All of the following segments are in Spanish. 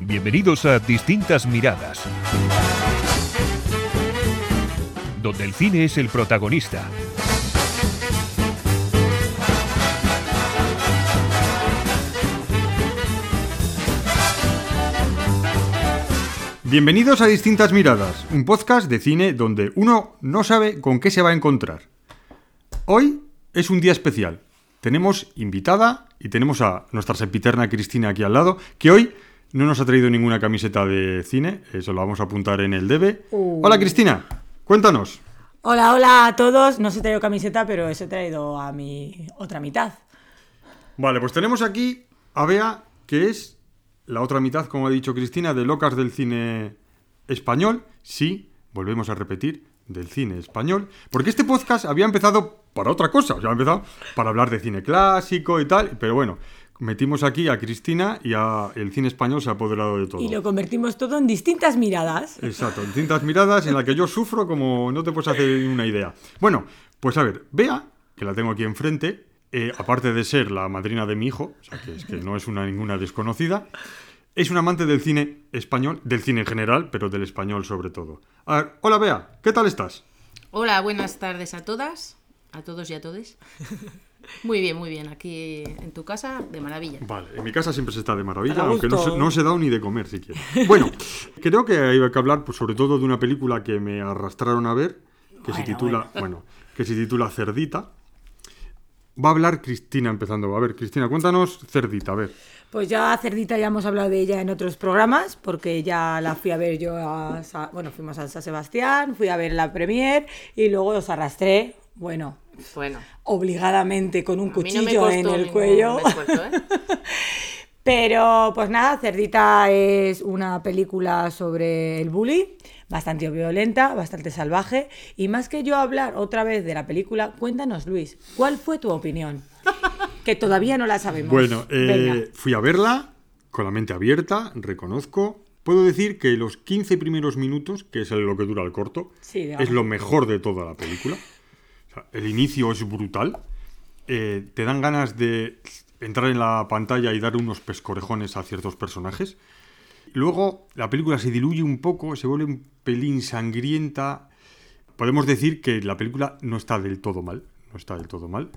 Bienvenidos a Distintas Miradas, donde el cine es el protagonista. Bienvenidos a Distintas Miradas, un podcast de cine donde uno no sabe con qué se va a encontrar. Hoy es un día especial. Tenemos invitada y tenemos a nuestra sempiterna Cristina aquí al lado, que hoy no nos ha traído ninguna camiseta de cine, eso lo vamos a apuntar en el debe. Hola Cristina, cuéntanos. Hola, hola a todos. No os he traído camiseta, pero os he traído a mi otra mitad. Vale, pues tenemos aquí a Bea, que es la otra mitad, como ha dicho Cristina, de locas del cine español. Sí, volvemos a repetir, del cine español. Porque este podcast había empezado para otra cosa, o sea, había empezado para hablar de cine clásico y tal, pero bueno, metimos aquí a Cristina y a el cine español se ha apoderado de todo. Y lo convertimos todo en distintas miradas. Exacto, distintas miradas en la que yo sufro como no te puedes hacer ni una idea. Bueno, pues a ver, Bea, que la tengo aquí enfrente, eh, aparte de ser la madrina de mi hijo, o sea, que, es que no es una ninguna desconocida, es un amante del cine español, del cine en general, pero del español sobre todo. A ver, hola Bea, ¿qué tal estás? Hola, buenas tardes a todas, a todos y a todes. Muy bien, muy bien, aquí en tu casa, de maravilla. Vale, en mi casa siempre se está de maravilla, Para aunque no gusto. se, no se da ni de comer siquiera. Bueno, creo que hay que hablar pues, sobre todo de una película que me arrastraron a ver, que se Bueno, titula, bueno. que se titula Cerdita. Va a hablar Cristina empezando. A ver, Cristina, cuéntanos Cerdita, a ver. Pues ya Cerdita ya hemos hablado de ella en otros programas, porque ya la fui a ver yo a... Sa- Bueno, fuimos a San Sebastián, fui a ver la premier y luego os arrastré, bueno, Bueno, obligadamente con un a mí no cuchillo me costó en el ningún cuello. esfuerzo, ¿eh? Pero pues nada, Cerdita es una película sobre el bullying, bastante violenta, bastante salvaje. Y más que yo hablar otra vez de la película, cuéntanos Luis, ¿cuál fue tu opinión? Que todavía no la sabemos. Bueno, eh, Venga. fui a verla con la mente abierta, reconozco. Puedo decir que los 15 primeros minutos, que es lo que dura el corto, Sí, digamos. es lo mejor de toda la película. O sea, el inicio es brutal. Eh, te dan ganas de entrar en la pantalla y dar unos pescorejones a ciertos personajes. Luego la película se diluye un poco, se vuelve un pelín sangrienta. Podemos decir que la película no está del todo mal. No está del todo mal.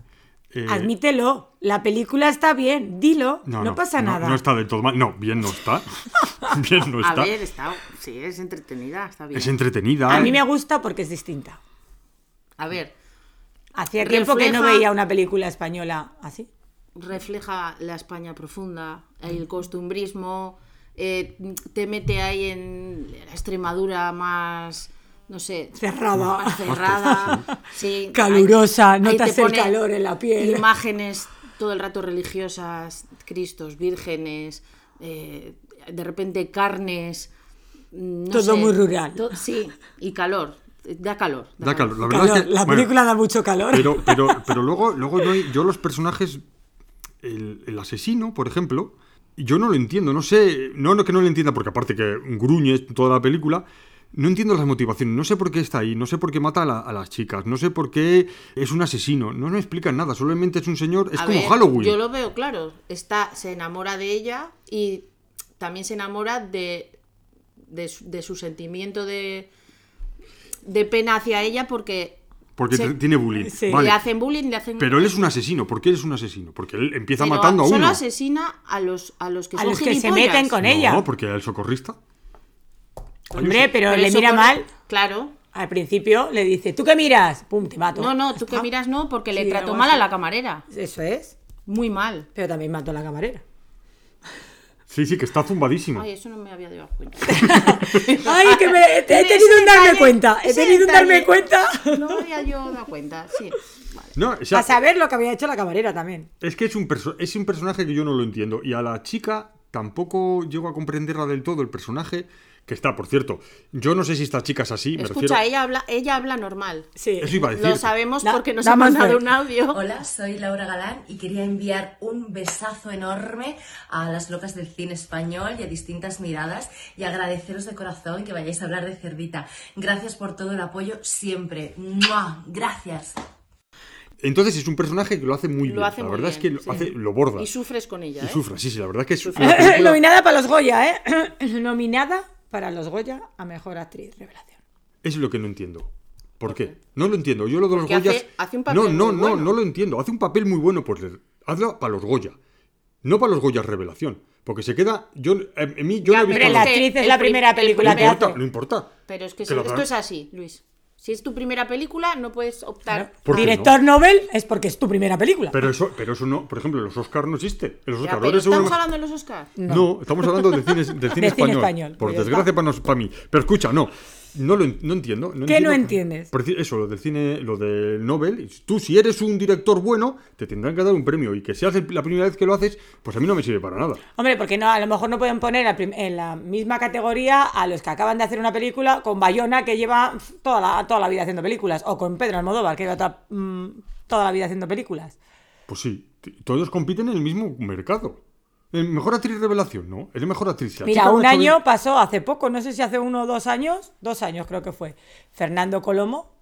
Eh, Admítelo, la película está bien, dilo, no, pasa nada. No está del todo mal. No, bien no está. bien no A Pues está. ver, está, sí, es entretenida, está bien. Es entretenida. A mí me gusta porque es distinta. A ver, Hacía tiempo que no Refleja- veía una película española así. refleja la España profunda, el costumbrismo, eh, te mete ahí en la Extremadura más, no sé, Cerrada. más cerrada, sí, Calurosa, ahí- no ahí te hace el pone calor en la piel. Imágenes todo el rato religiosas, cristos, vírgenes, eh, de repente carnes, mm, no Todo sé, muy rural. to- sí, y calor, da calor. Da calor. La verdad Calor, es que. la bueno, película da mucho calor. pero, pero, pero luego, luego yo, yo los personajes. El, el asesino, por ejemplo. Yo no lo entiendo. No sé. No, no que no lo entienda, porque aparte que gruñe toda la película. No entiendo las motivaciones, no sé por qué está ahí, no sé por qué mata a, la- a las chicas, no sé por qué es un asesino, no me explican nada, solamente es un señor, es A como ver, Halloween. Yo lo veo claro. Está, se enamora de ella y también se enamora de, de, su- de su sentimiento de, de pena hacia ella porque Porque se- t- tiene bullying. Sí. Vale. le hacen bullying, le hacen. Pero él es un asesino. ¿Por qué él es un asesino? Porque él empieza Pero matando a solo uno. asesina a los, a los que A son los que se gilipollas. meten con ella. No, porque era el socorrista. Hombre, pero, le eso mira por- mal. Claro. Al principio le dice, ¿tú qué miras? ¡Pum! Te mato. No, no, tú que miras no, porque le Sí, trató algo mal a así. la camarera. Eso es. Muy mal. Pero también mató a la camarera. Sí, sí, que está zumbadísimo. Ay, eso no me había dado cuenta. ¡Ay, que me, he Ese tenido un darme detalle, cuenta! ¡He ese tenido un darme detalle. cuenta! No me había yo dado cuenta, sí. Vale. No, o sea, A saber lo que había hecho la camarera también. es que es un, perso- es un personaje que yo no lo entiendo. Y a la chica tampoco llego a comprenderla del todo, el personaje que está, por cierto. Yo no sé si esta chica es así, me refiero. Escucha, ella habla, ella habla normal. Sí. Eso iba a decir. Lo sabemos Da- porque nos da ha más mandado ver. un audio. Hola, soy Laura Galán y quería enviar un besazo enorme a las locas del cine español y a distintas miradas y agradeceros de corazón que vayáis a hablar de Cerdita. Gracias por todo el apoyo siempre. ¡Mua! Gracias. Entonces es un personaje que lo hace muy Lo bien. hace la muy verdad es que bien, lo, sí. hace, lo borda. Y sufres con ella, Y ¿eh? sufra, sí, sí, la verdad es que es una película- Nominada para los Goya, ¿eh? Nominada para los Goya a mejor actriz revelación. es lo que no entiendo. ¿Por qué? No lo entiendo. Yo lo de los Porque hace- Goyas. hace un papel no, no, muy no, bueno. no lo entiendo. Hace un papel muy bueno, pues le- hazlo para los Goya. No para los Goyas Revelación. Porque se queda. Yo, en en mí, yo Ya, no he Pero pero visto. es la que actriz es el la prim- primera el no película que importa, hace. no importa. Pero es que Que eso- lo esto hagan. es así, Luis. Si es tu primera película, no puedes optar. ¿Por qué Director Nobel es porque es tu primera película. Pero eso, pero eso no. Por ejemplo, los Oscar no existe. En Los Ya, Oscar pero ahora es una- estamos hablando de los Oscars. No. estamos hablando de cine, de cine cine español. español, Por pues ya desgracia para, nos- para mí. Pero escucha, no. No lo en- no entiendo. ¿Qué no entiendo. entiendes? Por decir eso, lo del cine, lo del Nobel. y Tú, si eres un director bueno, te tendrán que dar un premio. Y que si haces la primera vez que lo haces, pues a mí no me sirve para nada. Hombre, porque no, a lo mejor no pueden poner en la prim- en la misma categoría a los que acaban de hacer una película con Bayona, que lleva pf, toda la, toda la vida haciendo películas, o con Pedro Almodóvar, que lleva toda, mm, toda la vida haciendo películas. Pues sí, t- todos compiten en el mismo mercado. El mejor actriz revelación, ¿no? El mejor actriz. La Mira, chica un macho de- año pasó hace poco, no sé si hace uno o dos años, dos años creo que fue. Fernando Colomo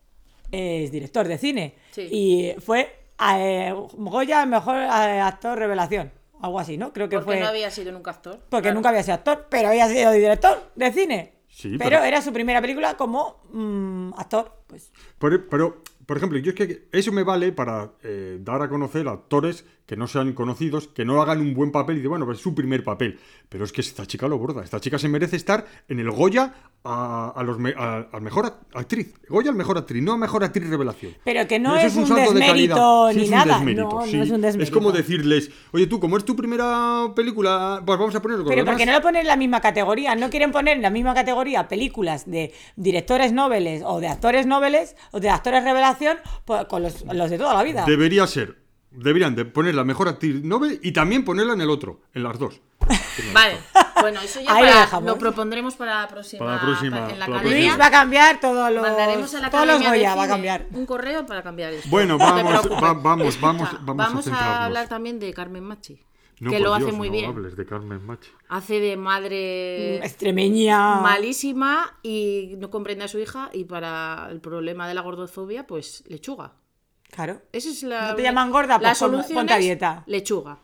es director de cine Sí. y fue eh, Goya mejor eh, actor revelación, algo así, ¿no? Creo que Porque fue no había sido nunca actor. porque Claro. nunca había sido actor, pero había sido director de cine. Sí, pero, pero- era su primera película como mm, actor, pues. Pero, pero, por ejemplo, yo es que eso me vale para eh, dar a conocer a actores que no sean conocidos, que no hagan un buen papel y de bueno, pues es su primer papel. Pero es que esta chica lo borda. Esta chica se merece estar en el Goya a, a los me- a- a mejor act- actriz. Goya al mejor actriz, no a mejor actriz revelación. Pero que no Eso es un salto de desmérito calidad. Sí, ni es un nada. desmérito, No, no sí. es un desmérito. como decirles, oye tú, como es tu primera película, pues vamos a ponerlo con Pero lo demás". porque no lo ponen en la misma categoría, no quieren poner en la misma categoría películas de directores noveles o de actores noveles o de actores revelación pues, con los, los de toda la vida. Debería ser. Deberían de poner la mejor actriz Nobel y también ponerla en el otro, en las dos. Vale, bueno, eso ya Ahí para- lo dejamos. lo propondremos para la próxima. Para la próxima, en la para la academia. Luis va a cambiar todos los, Pues Mandaremos a la todos los Academia de Goya, va a Cine cambiar. Un correo para cambiar esto. No Bueno, te vamos, preocupes. va- vamos, vamos, Escucha, vamos a centrarnos. hablar también de Carmen Machi, No, que por lo hace Dios, muy no bien. hables de Carmen Machi. Hace de madre Mm, Extremeña. malísima y no comprende a su hija y para el problema de la gordofobia, pues lechuga. Claro. Esa es la No te llaman gorda, pues la pon- solución ponte a es dieta. Lechuga.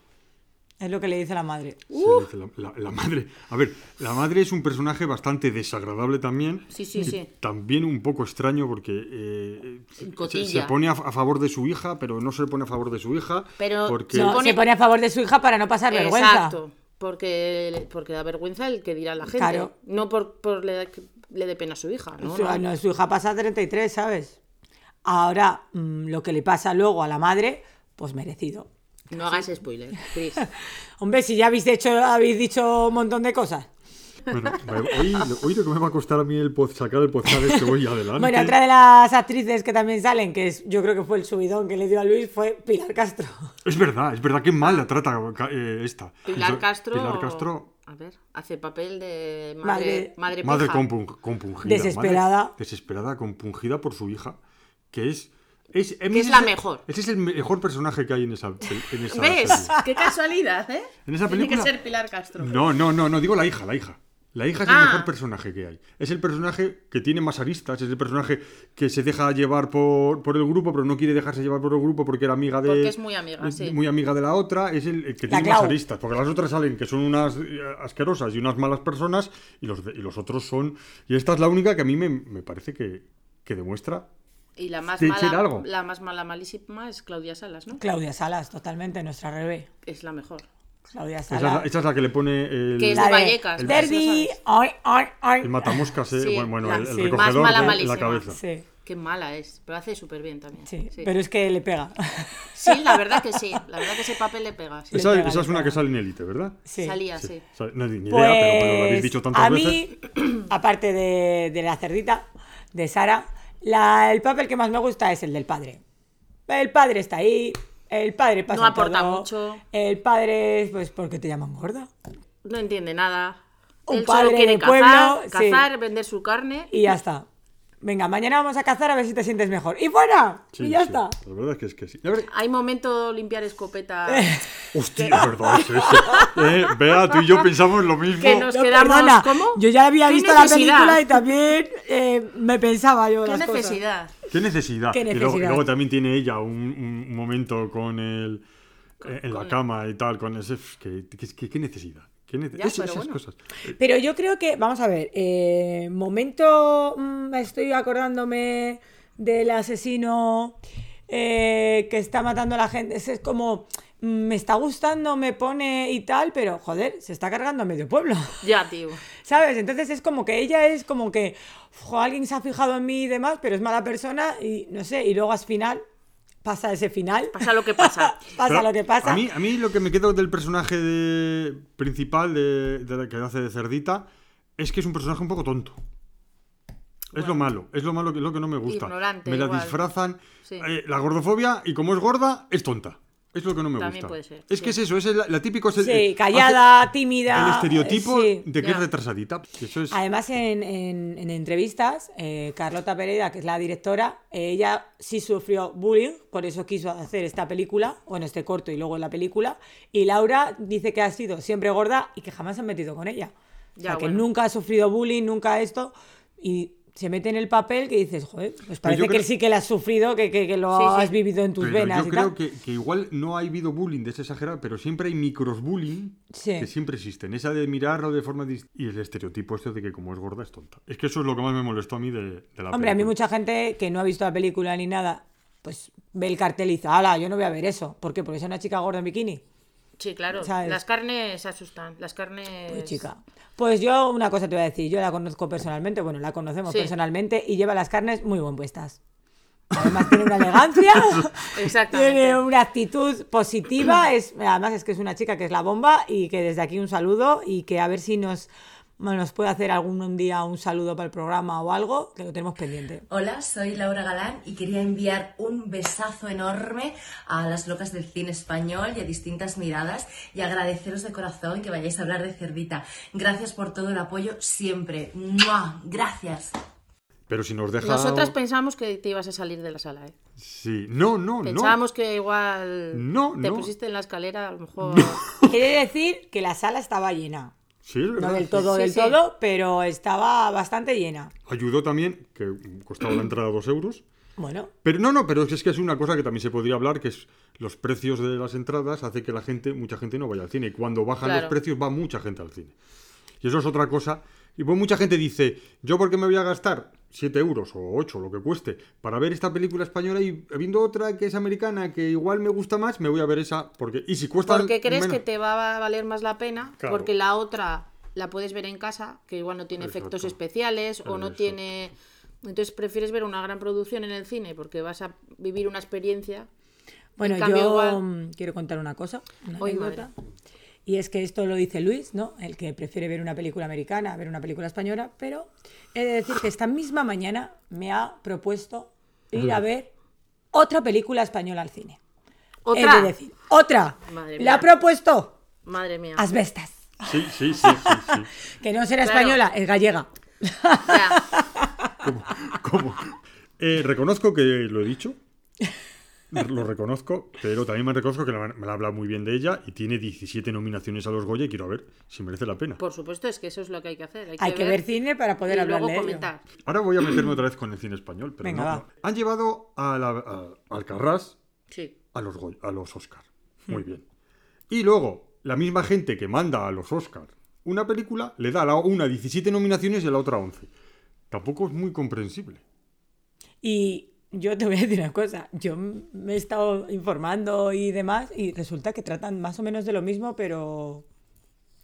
Es lo que le dice la madre. Uh. Se le dice La, la- la madre. A ver, la madre es un personaje bastante desagradable también. Sí, sí, sí. También un poco extraño porque eh, se, Cotilla. se pone a, a favor de su hija, pero no se pone a favor de su hija. Pero porque se No, pone- se pone a favor de su hija para no pasar vergüenza. Exacto. Porque, porque da vergüenza el que dirá la gente. Claro. No por, por le, da- le dé pena a su hija. ¿no? su, No. no, su hija pasa 33, ¿sabes? Ahora, mm, lo que le pasa luego a la madre, pues merecido. No hagas spoiler, Chris. Hombre, si ya habéis, hecho, habéis dicho un montón de cosas. Bueno, me- hoy, lo- hoy lo que me va a costar a mí el pod- sacar el podcast es que voy adelante. Bueno, otra de las actrices que también salen, que es, yo creo que fue el subidón que le dio a Luis, fue Pilar Castro. Es verdad, es verdad que mal la trata eh, esta. Pilar Castro. Pilar Castro. A ver, hace papel de Madre- madre. Madre, Madre pija. compung- compungida. Desesperada. madre desesperada, compungida por su hija, que es... Es, a mí Que es ese la el- mejor. Ese es el mejor personaje que hay en esa, pel- en esa ¿Ves? serie. Qué casualidad, ¿eh? En esa Tiene película- que ser Pilar Castro. No, no, no, no, digo la hija, la hija. La hija es el Ah. mejor personaje que hay. Es el personaje que tiene más aristas, es el personaje que se deja llevar por, por el grupo, pero no quiere dejarse llevar por el grupo porque era amiga de... Porque es muy amiga, es sí. Muy amiga de la otra, es el, el que La tiene más Clau. aristas, porque las otras salen que son unas eh, asquerosas y unas malas personas y los, de- y los otros son... Y esta es la única que a mí me, me parece que, que demuestra... Y la más De mala. decir algo. La más mala, malísima es Claudia Salas, ¿no? Claudia Salas, totalmente, nuestra rebe. Es la mejor. Claudia Esa es, la, Salas. esa es la que le pone el, Que Este es la de Vallecas, ¿no? Derby, Eso ay, ay, ay. el matamoscas, eh, Sí, bueno, bueno, la- el, el sí. recogedor Más mala, de- en la malísima. cabeza. Sí, Qué mala es. Pero hace súper bien también. sí, Sí. pero es que le pega. Sí, la verdad que sí. La verdad que ese papel le pega. sí. Le Esa, pega, esa le es una pega. que sale en élite, ¿verdad? Sí. Salía, sí. O sea, no, ni idea, Pues pero, pero lo habéis dicho tantas a veces. mí, aparte de, de la cerdita, de Sara, la- el papel que más me gusta es el del padre. El padre está ahí, el padre pasa No aporta todo, mucho. El padre es, pues, porque te llaman gorda. No entiende nada. Un Él padre solo quiere de cazar, pueblo, sí. cazar, vender su carne. Y ya está. Venga, mañana vamos a cazar a ver si te sientes mejor. ¡Y fuera! Sí, y ya sí. está. La verdad es que es que sí. A ver, Hay momento limpiar escopeta hostia, es verdad es eso. Eh, Bea, tú y yo pensamos lo mismo. que nos No, quedamos perdona, ¿cómo? Yo ya había ¿Qué visto la necesidad? película y también eh, me pensaba yo ¿Qué las cosas. necesidad? ¿Qué necesidad? Qué Y luego, y necesidad. luego también tiene ella un, un momento con el eh, en la cama y tal, con ese que, que- que- qué necesidad. ¿Qué nece- Ya, es- pero esas bueno. cosas. Pero yo creo que, vamos a ver, eh, momento, mm, estoy acordándome del asesino eh, que está matando a la gente, es, es como, mm, me está gustando, me pone y tal, pero joder, se está cargando a medio pueblo. Ya, tío. ¿Sabes? Entonces es como que ella es como que "Jo, alguien se ha fijado en mí y demás, pero es mala persona y no sé, y luego al final pasa ese final. Pasa lo que pasa. Pasa Pero lo que pasa. A mí, a mí lo que me queda del personaje de- principal de, de la que hace de cerdita es que es un personaje un poco tonto. Es lo malo, es lo malo que lo que no me gusta. Ignorante, me la igual. disfrazan. Sí. eh, la gordofobia, y como es gorda, es tonta. Es lo que no me También gusta. puede ser, Es que es sí. eso, es el- la típico. es el- Sí, el- callada, eh, hace tímida. El estereotipo sí. de que es eh, Ya. retrasadita. Eso es. Además, en, en- en entrevistas, eh, Carlota Pereda, que es la directora, eh, ella sí sufrió bullying, por eso quiso hacer esta película, bueno, este corto y luego la película. Y Laura dice que ha sido siempre gorda y que jamás se han metido con ella. o Ya, sea, que bueno. nunca ha sufrido bullying, nunca esto. Y se mete en el papel que dices, joder, pues Pero yo parece que creo- sí que la has sufrido, que, que- que lo Sí, sí. has vivido en tus Pero venas. yo y creo tal. que, que igual no ha habido bullying de ese exagerado, pero siempre hay microsbullying Sí. que siempre existen. Esa de mirarlo de forma distinta. Y el estereotipo este de que como es gorda es tonta. Es que eso es lo que más me molestó a mí de, de la Hombre, a mí película. mucha gente que no ha visto la película ni nada, pues ve el cartel y dice, ala, yo no voy a ver eso. ¿Por qué? Porque es una chica gorda en bikini. Sí, claro. ¿Sabes? Las carnes asustan. Las carnes. Pues chica. Pues yo una cosa te voy a decir, yo la conozco personalmente, bueno, la conocemos Sí. personalmente y lleva las carnes muy buen puestas. Además tiene una elegancia, Exactamente. tiene una actitud positiva, es, además es que es una chica que es la bomba y que desde aquí un saludo y que a ver si nos, nos puede hacer algún día un saludo para el programa o algo, que lo tenemos pendiente. Hola, soy Laura Galán y quería enviar un besazo enorme a las locas del cine español y a distintas miradas y agradeceros de corazón que vayáis a hablar de Cerdita. Gracias por todo el apoyo siempre. ¡Mua! Gracias. Pero si nos deja. Nosotras pensamos que te ibas a salir de la sala, ¿eh? Sí. No, no, Pensábamos que igual No, te no. pusiste en la escalera, a lo mejor. Quiere decir que la sala estaba llena. no. Sí, es No verdad. del todo, Sí, del sí. todo, pero estaba bastante llena. Ayudó también, que costaba la entrada dos euros. Bueno, Pero no, no, pero es que es una cosa que también se podría hablar, que es los precios de las entradas hace que la gente, mucha gente no vaya al cine. Y cuando bajan Claro. los precios va mucha gente al cine. Y eso es otra cosa. Y pues mucha gente dice, yo porque me voy a gastar 7 euros o 8, lo que cueste, para ver esta película española y viendo otra que es americana, que igual me gusta más, me voy a ver esa. porque Y si cuesta... Porque crees menos- que te va a valer más la pena, Claro. porque la otra la puedes ver en casa, que igual no tiene efectos Exacto. especiales o no Exacto. tiene... Entonces prefieres ver una gran producción en el cine porque vas a vivir una experiencia. bueno, En cambio, yo igual- mm, quiero contar una cosa, una Uy, anécdota. Y es que esto lo dice Luis, ¿no? El que prefiere ver una película americana a ver una película española, pero he de decir que esta misma mañana me ha propuesto ir a ver otra película española al cine. Otra. He de decir, otra. Madre La mía. ha propuesto Madre mía. Asbestas, Sí, sí, sí, sí, sí. que no será Claro. española, es gallega. Ya. ¿Cómo? Eh, reconozco que lo he dicho. Lo reconozco, pero también me reconozco que la- me la habla muy bien de ella y tiene 17 nominaciones a los Goya y quiero ver si merece la pena. Por supuesto, es que eso es lo que hay que hacer. Hay que, Hay que ver cine para poder y hablar luego de ello. comentar. Ahora voy a meterme otra vez con el cine español, pero Venga, no, va. no. Han llevado a la, a- al Carrás Sí. a los, Goy- a los Oscar. Hmm. Muy bien. Y luego, la misma gente que manda a los Oscar una película le da a la una 17 nominaciones y a la otra 11. Tampoco es muy comprensible. Y yo te voy a decir una cosa, yo m- me he estado informando y demás y resulta que tratan más o menos de lo mismo, pero...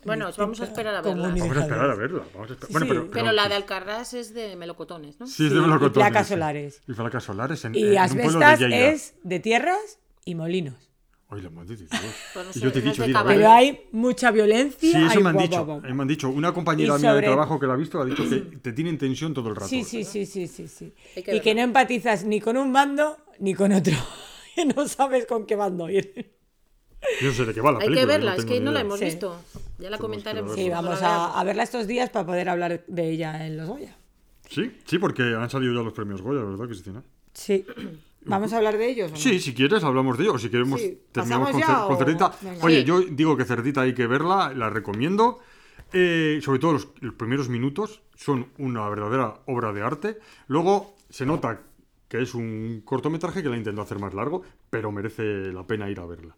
Bueno, os vamos a esperar a verla. Comunicación. Vamos a esperar a verla. Vamos a esperar. Sí, bueno, sí. pero, Pero la pero- de Alcarrás es de melocotones, ¿no? Sí, es de Sí, y melocotones, placas sí. solares. Y placas solares en, eh, en Y un pueblo de asbestas Lleida. es de tierras y molinos. Ay, la madre de Dios. Pues no Y sé, yo te he no es dicho, de digo, a ver. Pero hay mucha violencia. Sí, eso hay me han guau, dicho. guau, guau. eh, Me han dicho. Una compañera Y mía de sobre- trabajo que la ha visto ha dicho que te tienen tensión todo el rato. Sí, sí, sí, sí, sí, sí. Hay que Y que verla. no empatizas ni con un bando ni con otro. Y no sabes con qué bando ir. Pues Yo no sé de qué va la Hay película. que verla, no es tengo que ni no la idea. hemos Sí. visto. Ya la Tenemos que ir a comentaremos. verla. Sí, cuando vamos la veamos. a, a verla estos días para poder hablar de ella en los Goya. Sí, sí, porque han salido ya los premios Goya, ¿verdad, Cristina? Sí. ¿Vamos a hablar de ellos? o no? Sí, si quieres hablamos de ello, o si queremos Sí, ¿pasamos terminamos con, ya Cer- o- con Cerdita. Venga. Oye, Sí. yo digo que Cerdita hay que verla, la recomiendo. Eh, sobre todo los, los primeros minutos son una verdadera obra de arte. Luego se nota que es un cortometraje que la intentó hacer más largo, pero merece la pena ir a verla.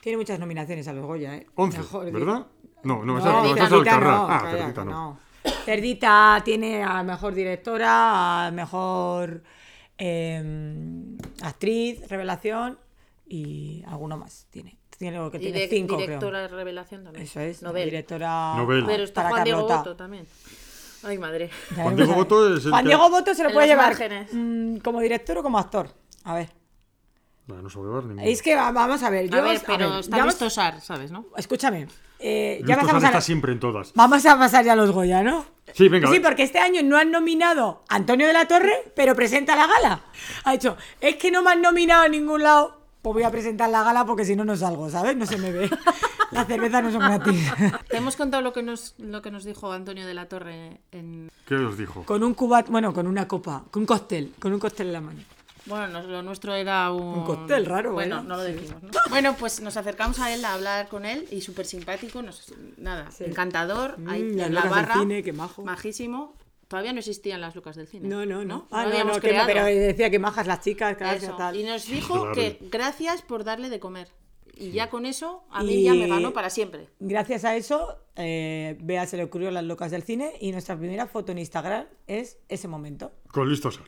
Tiene muchas nominaciones a los Goya, ¿eh? 11, Mejor di- ¿verdad? No, no, No, esa no, esa es Cerdita Alcarrá. no, ah, calla, Cerdita que no. no. Cerdita tiene a mejor directora, a mejor eh, actriz, revelación y alguno más tiene. Tiene lo que Y tiene de- cinco, directora creo. de revelación también. Eso es, Novel. directora Novel. Pero está para Juan Diego Carlota. Boto también. Ay, madre. Ya veremos Juan Diego a ver. Boto es el Juan que- Diego Boto se lo En puede los llevar márgenes. mm, como director o como actor. A ver. No, no se va a ver ningún- Es que va- vamos a ver. A yo- ver, pero ver, está ya vas- visto Sar, ¿sabes, no? Escúchame. eh, Luis ya Tosar pasamos a está la- siempre en todas. Vamos a pasar ya a los Goya, ¿no? Sí, venga. Sí, porque este año no han nominado a Antonio de la Torre, pero presenta la gala. Ha dicho, es que no me han nominado a ningún lado, pues voy a presentar la gala porque si no, no salgo, ¿sabes? No se me ve. Las cervezas no son gratis. Te hemos contado lo que nos, lo que nos dijo Antonio de la Torre en... ¿Qué os dijo? Con un cubat, bueno, con una copa, con un cóctel, con un cóctel en la mano. Bueno, nos- lo nuestro era un... Un cóctel raro, Bueno, bueno, no lo sí. decimos, ¿no? Bueno, pues nos acercamos a él a hablar con él y súper simpático, nos- nada, Sí. encantador, Mm, ahí las en la locas del barra, cine, qué majo. majísimo. Todavía no existían las lucas del cine. No, no, no. Ah, no, habíamos no, que- creado. pero decía que majas las chicas, gracias, Eso. tal. Y nos dijo Claro. que gracias por darle de comer. Y ya con eso, a mí Y- ya me ganó para siempre. Gracias a eso, eh, Bea se le ocurrió las locas del cine y nuestra primera foto en Instagram es ese momento. Con Luis Tosar.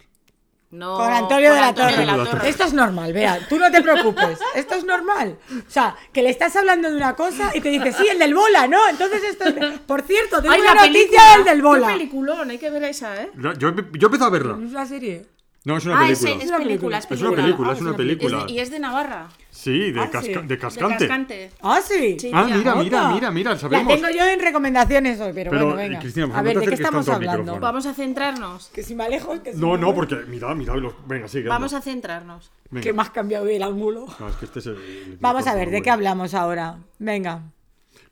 No, Con Antonio, de, la Torre. de la Torre. Esto es normal, vea, tú no te preocupes. Esto es normal. O sea, que le estás hablando de una cosa y te dice, sí, el del bola, ¿no? Entonces esto es... Por cierto, tengo Hay una la noticia película. del del bola. Qué peliculón, hay que ver esa, ¿eh? Yo, yo empecé a verla. Es una serie. No, es una Ah, es, película. es película, es Es una película. película, Ah, es una película. Es de- y es de Navarra. Sí, de, Ah, casca- sí. de De cascante. Cascante. Ah, sí. Sí. Ah, Tía, mira, mira, otra. mira, mira, La sabemos. tengo yo en recomendaciones hoy, pero, Pero, bueno, eh, venga. Cristina, por a favor, ver, no ¿de te qué acerques estamos tanto al hablando? micrófono. Vamos a centrarnos. Que si me alejo es que si No, me no, voy. porque mira, mira, los... venga, sigue. Vamos anda. a centrarnos. Venga. Que más cambiado el ángulo. No, es que este es el- el Vamos a micrófono, ver, ¿de bueno. qué hablamos ahora? Venga.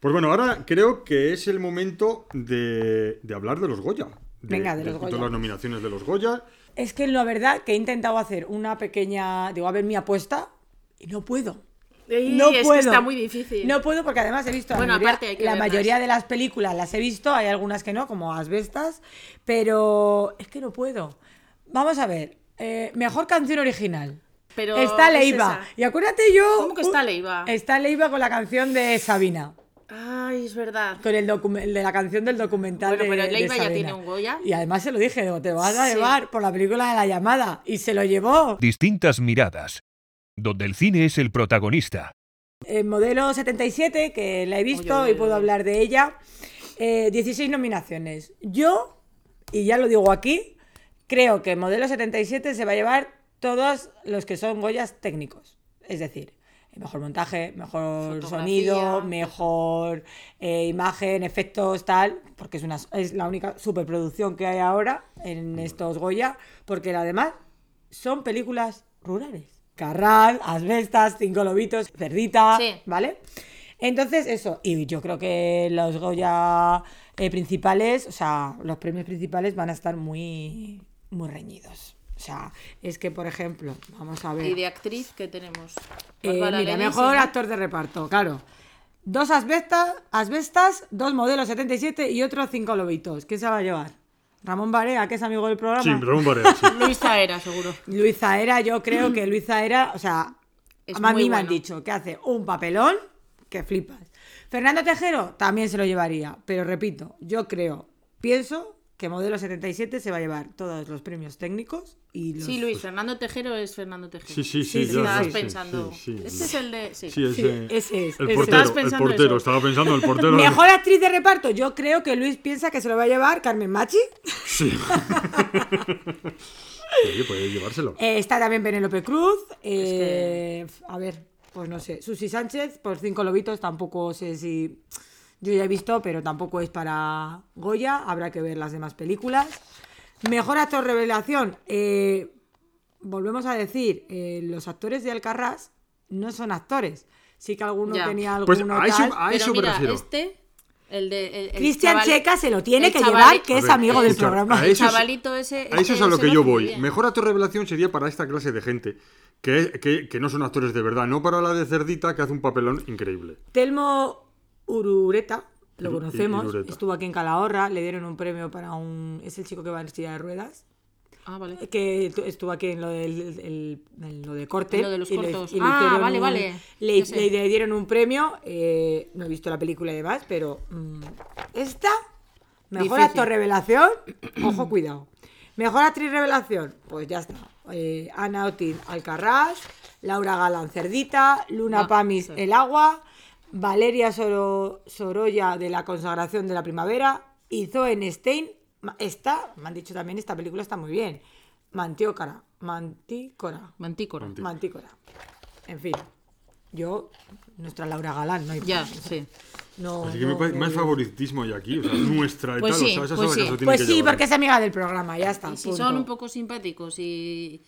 Pues bueno, ahora creo que es el momento de, de hablar de los Goya. Venga, de los Goya. Todas las nominaciones de los Goya. Es que la verdad que he intentado hacer una pequeña, digo, a ver mi apuesta y no puedo. Ey, No es que puedo. está muy difícil. No puedo porque además he visto la, Bueno, mayoría, aparte hay que la verlas. mayoría de las películas las he visto, hay algunas que no, como Asbestas, pero es que no puedo. Vamos a ver, eh, mejor canción original. Pero está ¿qué es Leiva. esa? y acuérdate yo. ¿Cómo que está Leiva? Está Leiva con la canción de Sabina. Ay, es verdad. Con el docu- el de la canción del documental. Bueno, de- pero de Leiva ya Sabina. tiene un Goya. Y además se lo dije, digo, te vas a Sí. llevar por la película de la llamada. Y se lo llevó. Distintas miradas, donde el cine es el protagonista. El Eh, modelo 77, que la he visto Oye, oye, y puedo oye. hablar de ella. Eh, 16 nominaciones. Yo, y ya lo digo aquí, creo que modelo 77 se va a llevar todos los que son Goyas técnicos. Es decir, el mejor montaje, mejor Fotografía. sonido, mejor eh, imagen, efectos, tal, porque es, una, es la única superproducción que hay ahora en estos Goya, porque además son películas rurales. Carral, Asbestas, Cinco Lobitos, Cerdita, Sí. ¿vale? Entonces, eso, y yo creo que los Goya eh, principales, o sea, los premios principales van a estar muy, muy reñidos. O sea, es que, por ejemplo, vamos a ver. Y de actriz que tenemos. Pues Eh, Bárbara mira, Lennis, mejor ¿no? actor de reparto, claro. Dos asbestas, asbestas, dos modelos 77 y otros cinco lobitos. ¿Quién se va a llevar? Ramón Barea, que es amigo del programa. Sí, pero un Barea, sí. Luisa era, seguro. Luisa Era, yo creo que Luisa Era, o sea, Es a mí muy me han bueno. dicho que hace un papelón que flipas. Fernando Tejero también se lo llevaría, pero repito, yo creo, pienso que Modelo 77 se va a llevar todos los premios técnicos y los... Sí, Luis, Fernando Tejero es Fernando Tejero. Sí, sí, Sí, sí. sí, ya, Estabas sí, sí, pensando. sí, sí. Ese es el de. Sí. Sí, Sí, ese, ese es, El ese es. portero, Estabas el pensando portero. eso. Estaba pensando el portero. Mejor actriz de reparto, yo creo que Luis piensa que se lo va a llevar Carmen Machi. Sí. Oye, puede llevárselo. Eh, está también Penélope Cruz. eh, A ver, pues no sé. Susi Sánchez, por cinco lobitos, tampoco sé si. Yo ya he visto, pero tampoco es para Goya. Habrá que ver las demás películas. Mejor actor revelación. eh, volvemos a decir, eh, los actores de Alcarrás no son actores. Sí que alguno Ya. tenía alguno Pues a tal. eso, a Pero eso me mira, refiero. este. El de. el- el Cristian chaval- Checa se lo tiene el que chaval- llevar, que A es ver, amigo del escucha, programa. a eso es- chavalito ese- A eso es ese- a lo ese que lo yo hace muy voy. bien. Mejor actor revelación sería para esta clase de gente que, que, que no son actores de verdad, no para la de Cerdita que hace un papelón increíble. Telmo Urureta, lo Uru- conocemos, Irureta. estuvo aquí en Calahorra, le dieron un premio para un... Es el chico que va en silla de ruedas, Ah, vale. que tu- estuvo aquí en lo, del, el- en lo de corte. En lo de los y le- cortos. y le Ah, hicieron vale, un- vale, Le, ya sé. le dieron un premio, eh, no he visto la película y demás, pero mm, esta, mejor Difícil. actor revelación, ojo, cuidado. Mejor actriz revelación, pues ya está. Eh, Ana Otín Alcarrás, Laura Galán Cerdita, Luna Ah, Pamis sí. El Agua, Valeria Soro- Sorolla de La Consagración de la Primavera y Zoen Stein. Ma- Esta, me han dicho también, esta película está muy bien. Mantiócara, Mantícora, Mantícora. Mantí- Mantícora. En fin, yo, nuestra Laura Galán, no hay Ya, no- sí. no- Así que me no- parece no- más favoritismo hay aquí, o sea, nuestra y Pues tal, sí, o sea, esa es pues la que sí. se lo tiene Pues que sí, llevar. porque es amiga del programa, ya está. Y si punto. son un poco simpáticos y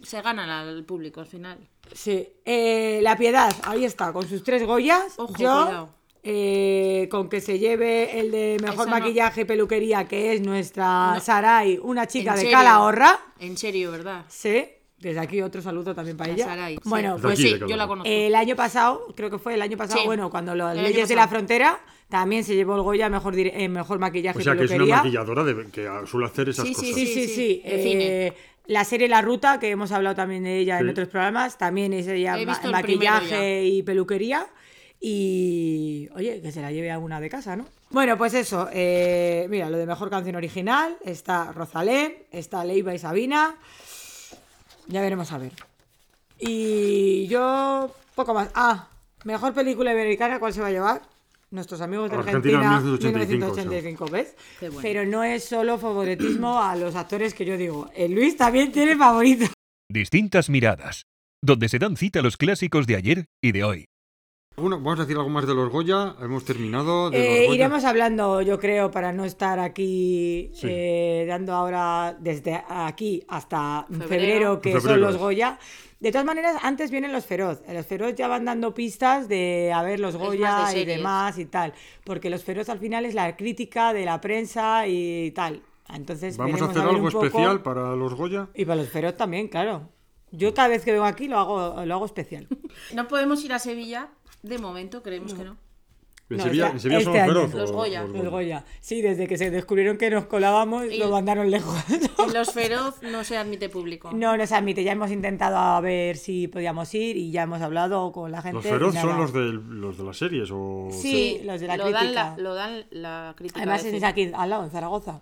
se ganan al público al final. Sí, eh, La Piedad, ahí está, con sus tres Goyas. Ojo, yo, cuidado. eh, con que se lleve el de mejor Esa no. maquillaje y peluquería, que es nuestra Sarai, una chica ¿En de serio? Calahorra. En serio, ¿verdad? Sí, desde aquí otro saludo también para La ella. Sarai, sí. bueno, Desde pues aquí, sí, de Calahorra. yo la conozco. el año pasado, creo que fue el año pasado, Sí, bueno, cuando las el año leyes de la pasado. frontera también se llevó el Goya mejor, dire- eh, mejor maquillaje O sea, y que es una peluquería. maquilladora de- que suele hacer esas Sí, sí, cosas. Sí, sí, sí. de eh, cine. La serie La Ruta, que hemos hablado también de ella en Sí. otros programas, también es ella He ma- visto el primero maquillaje y peluquería. Y oye, que se la lleve a una de casa, ¿no? Bueno, pues eso. eh, mira, lo de mejor canción original está Rosalén, está Leiva y Sabina. Ya veremos a ver. Y yo, poco más. Ah, mejor película americana, ¿cuál se va a llevar? Nuestros amigos de Argentina, Argentina, 1985, 1985, ¿ves? Qué bueno. Pero no es solo favoritismo a los actores que yo digo. El Luis también tiene favorito. Distintas miradas, donde se dan cita a los clásicos de ayer y de hoy. Bueno, vamos a decir algo más de los Goya, hemos terminado. De los Eh, Goya. iremos hablando, yo creo, para no estar aquí Sí. eh, dando ahora desde aquí hasta febrero, Febrero. que son Febrero los es. Goya. De todas maneras, antes vienen los Feroz. En Los Feroz ya van dando pistas de a ver los más Goya de y series. demás y tal. Porque los Feroz al final es la crítica de la prensa y tal. Entonces, Vamos a veremos hacer ver algo un poco- especial para los Goya. Y para los Feroz también, claro. Yo cada vez que vengo aquí lo hago, lo hago especial. No podemos ir a Sevilla, de momento, creemos que no. En No, Sevilla, este- en Sevilla este son año. los feroz. Los o- Goya. los Los Goya. Sí, desde que se descubrieron que nos colábamos, Y- lo mandaron lejos. En Los Feroz no se admite público. No nos admite, ya hemos intentado a ver si podíamos ir y ya hemos hablado con la gente. Los feroz y son nada. los de, los de las series o... Sí, los de la lo crítica. Dan la, lo dan la crítica. Además de es cine. aquí al lado, en Zaragoza.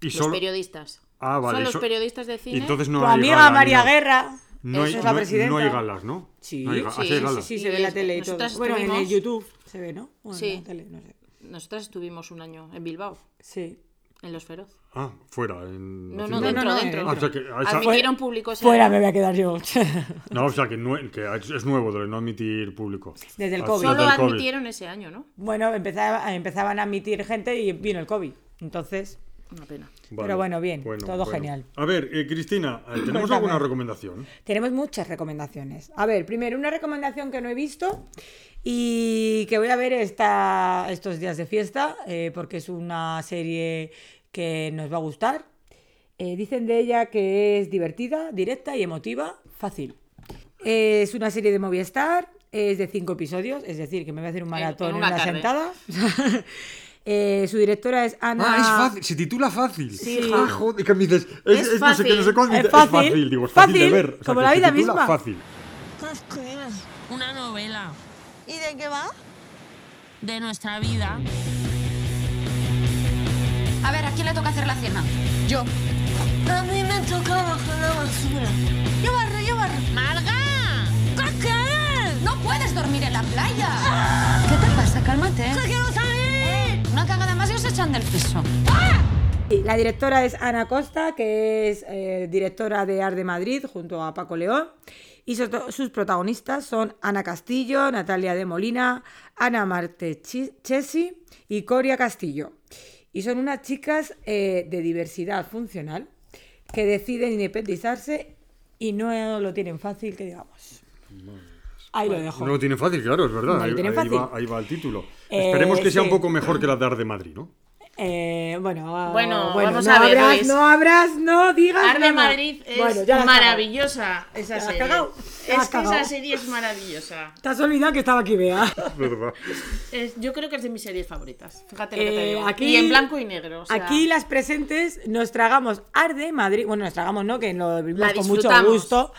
Y Los solo- periodistas. Ah, vale, Son los so- periodistas de cine. Entonces no tu hay amiga gala ni María nada. Guerra, No hay, eso es no- la presidenta. no hay galas, ¿no? Sí, No hay ga- ah, sí, hay sí, galas. Sí, sí, se Y ve en la es- tele y todo. nosotras Bueno, en el estuvimos- YouTube se ve, ¿no? O en Sí. la tele, no sé. Nosotras estuvimos un año en Bilbao, Sí. en Los Feroz. Ah, fuera. En... No, en- no, no, dentro, no, dentro. Ah, o sea que a esa- Admitieron público ese Fuera año. me voy a quedar yo. No, o sea que, nue- que es nuevo de no admitir público. Desde el Ah, COVID. Solo desde el COVID. admitieron ese año, ¿no? bueno, empezaba- empezaban a admitir gente y vino el COVID. Entonces, Una pena. Vale. Pero bueno, bien, todo genial. A ver, eh, Cristina, eh, ¿tenemos Cuéntame. alguna recomendación? Tenemos muchas recomendaciones. A ver, primero, una recomendación que no he visto y que voy a ver esta, estos días de fiesta, eh, porque es una serie que nos va a gustar. Eh, dicen de ella que es divertida, directa y emotiva, fácil. Eh, es una serie de Movistar, es de cinco episodios, es decir, que me voy a hacer un en maratón en, una una, tarde. sentada. Eh, su directora es Ana... Ah, es fácil, se titula fácil. Sí, Ah, hija. joder, que me dices, es, Es es no sé qué, no sé fácil. cuál, Es dices, fácil. digo, es fácil, de Fácil, ver. O sea, como que la se vida titula misma. Fácil. Cascuela, una novela ¿Y de qué va? de nuestra vida. A ver, ¿a quién le toca hacer la cena? Yo. A mí me toca bajar la basura. Yo barro, yo barro. ¡Marga! ¡Cascuela! ¡No puedes dormir en la playa! ¿Qué te pasa? Cálmate. Eh, ¡No quiero salir! Una cagada más y os echan del piso. Y La directora es Ana Costa, que es eh, directora de Ar de Madrid junto a Paco León. Y sus, sus protagonistas son Ana Castillo, Natalia de Molina, Ana Marte Chi- Chesi y Coria Castillo. Y son unas chicas eh, de diversidad funcional que deciden independizarse y no lo tienen fácil, que digamos. Ahí lo dejo. No lo tiene fácil, claro, es verdad. No lo ahí, tienen ahí fácil. Va, ahí va el título. Eh, Esperemos que sea sí. un poco mejor que las de Ar de Madrid, ¿no? Eh, bueno, ah, Bueno, bueno, vamos no a ver, Abras, Luis. no abras, no digas. Arde nada. Madrid es Ah, Bueno, ya la has maravillosa. Esa has serie. cagado, ya Es la has que esa cagado. serie es maravillosa. cagado. Te has olvidado que estaba aquí, Bea. Es verdad. Es- yo creo que es de mis series favoritas. Fíjate lo que te Eh, digo. aquí- y en blanco y negro. o sea, Aquí las presentes nos tragamos Arde Madrid, bueno, nos tragamos, ¿no? Que lo vimos La con mucho disfrutamos. gusto.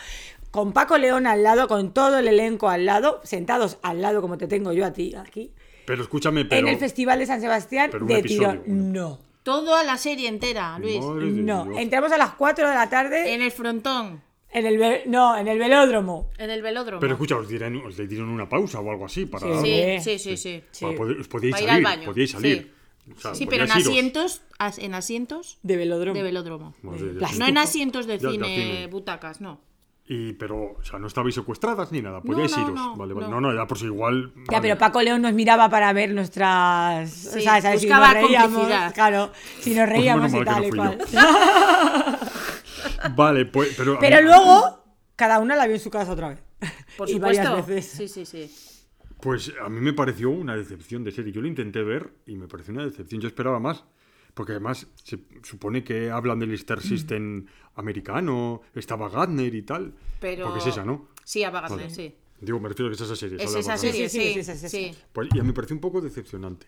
Con Paco León al lado, con todo el elenco al lado, sentados al lado como te tengo yo a ti aquí. Pero escúchame, pero. en el Festival de San Sebastián pero un de episodio, tirón. uno. Toda la serie entera, Luis. Madre de No, no. Dios. Entramos a las 4 de la tarde En el frontón. en el ve- no, en el velódromo. En el velódromo. Pero escucha, os, dirán- os le dieron una pausa o algo así para. Sí. sí, sí, sí, sí. para poder- os podíais Para ir al salir. baño, Podíais salir. Ah, O sea, pues Sí, pero en podíais iros. asientos, as- en asientos De velódromo. de velódromo. Madre de Dios. Plástico. No en asientos de Ya, ya cine, tiene. butacas, no. Y, pero, o sea, no estabais secuestradas ni nada, podíais no, iros. no, vale, vale. no. No, no, ya por si igual. Ya, pero Paco León nos miraba para ver nuestras. Sí, o sea, ¿sabes? Si buscaba nos reíamos, complicidad. claro, si nos reíamos Pues menos y mal tal que y no cual. fui Vale, pues. Pero, a Pero mí- luego, cada una la vio en su casa otra vez. Por y supuesto. varias veces. Sí, sí, sí. Pues a mí me pareció una decepción de serie. Yo lo intenté ver y me pareció una decepción. Yo esperaba más. Porque además se supone que hablan del Star System Mm. americano, estaba Gardner y tal. Pero... Porque es esa, ¿no? Ah, Sí, a Wagner, Vale. sí. Digo, me refiero a que es esa serie. Es habla esa Wagner. serie, sí. Sí, sí, sí, sí, es esa, es esa. Pues, y a mí me pareció un poco decepcionante.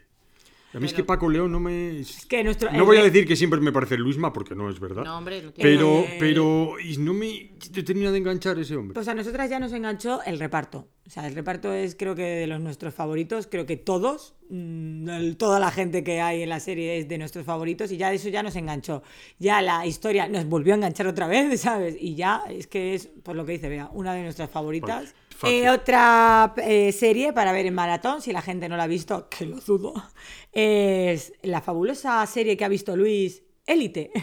A mí es que Paco León no me... que nuestro- no voy a decir que siempre me parece Luisma, porque no es verdad. No, hombre, no tiene pero, pero... Y no me te termina de enganchar ese hombre. Pues a nosotras ya nos enganchó el reparto. O sea, el reparto es creo que de los nuestros favoritos, creo que todos, mm, el- toda la gente que hay en la serie es de nuestros favoritos y ya eso ya nos enganchó. Ya la historia nos volvió a enganchar otra vez, ¿sabes? Y ya es que es, por lo que dice, vea, una de nuestras favoritas. Vale, fácil. Eh, otra eh, serie para ver en maratón, si la gente no la ha visto, que lo dudo, es la fabulosa serie que ha visto Luis, Élite.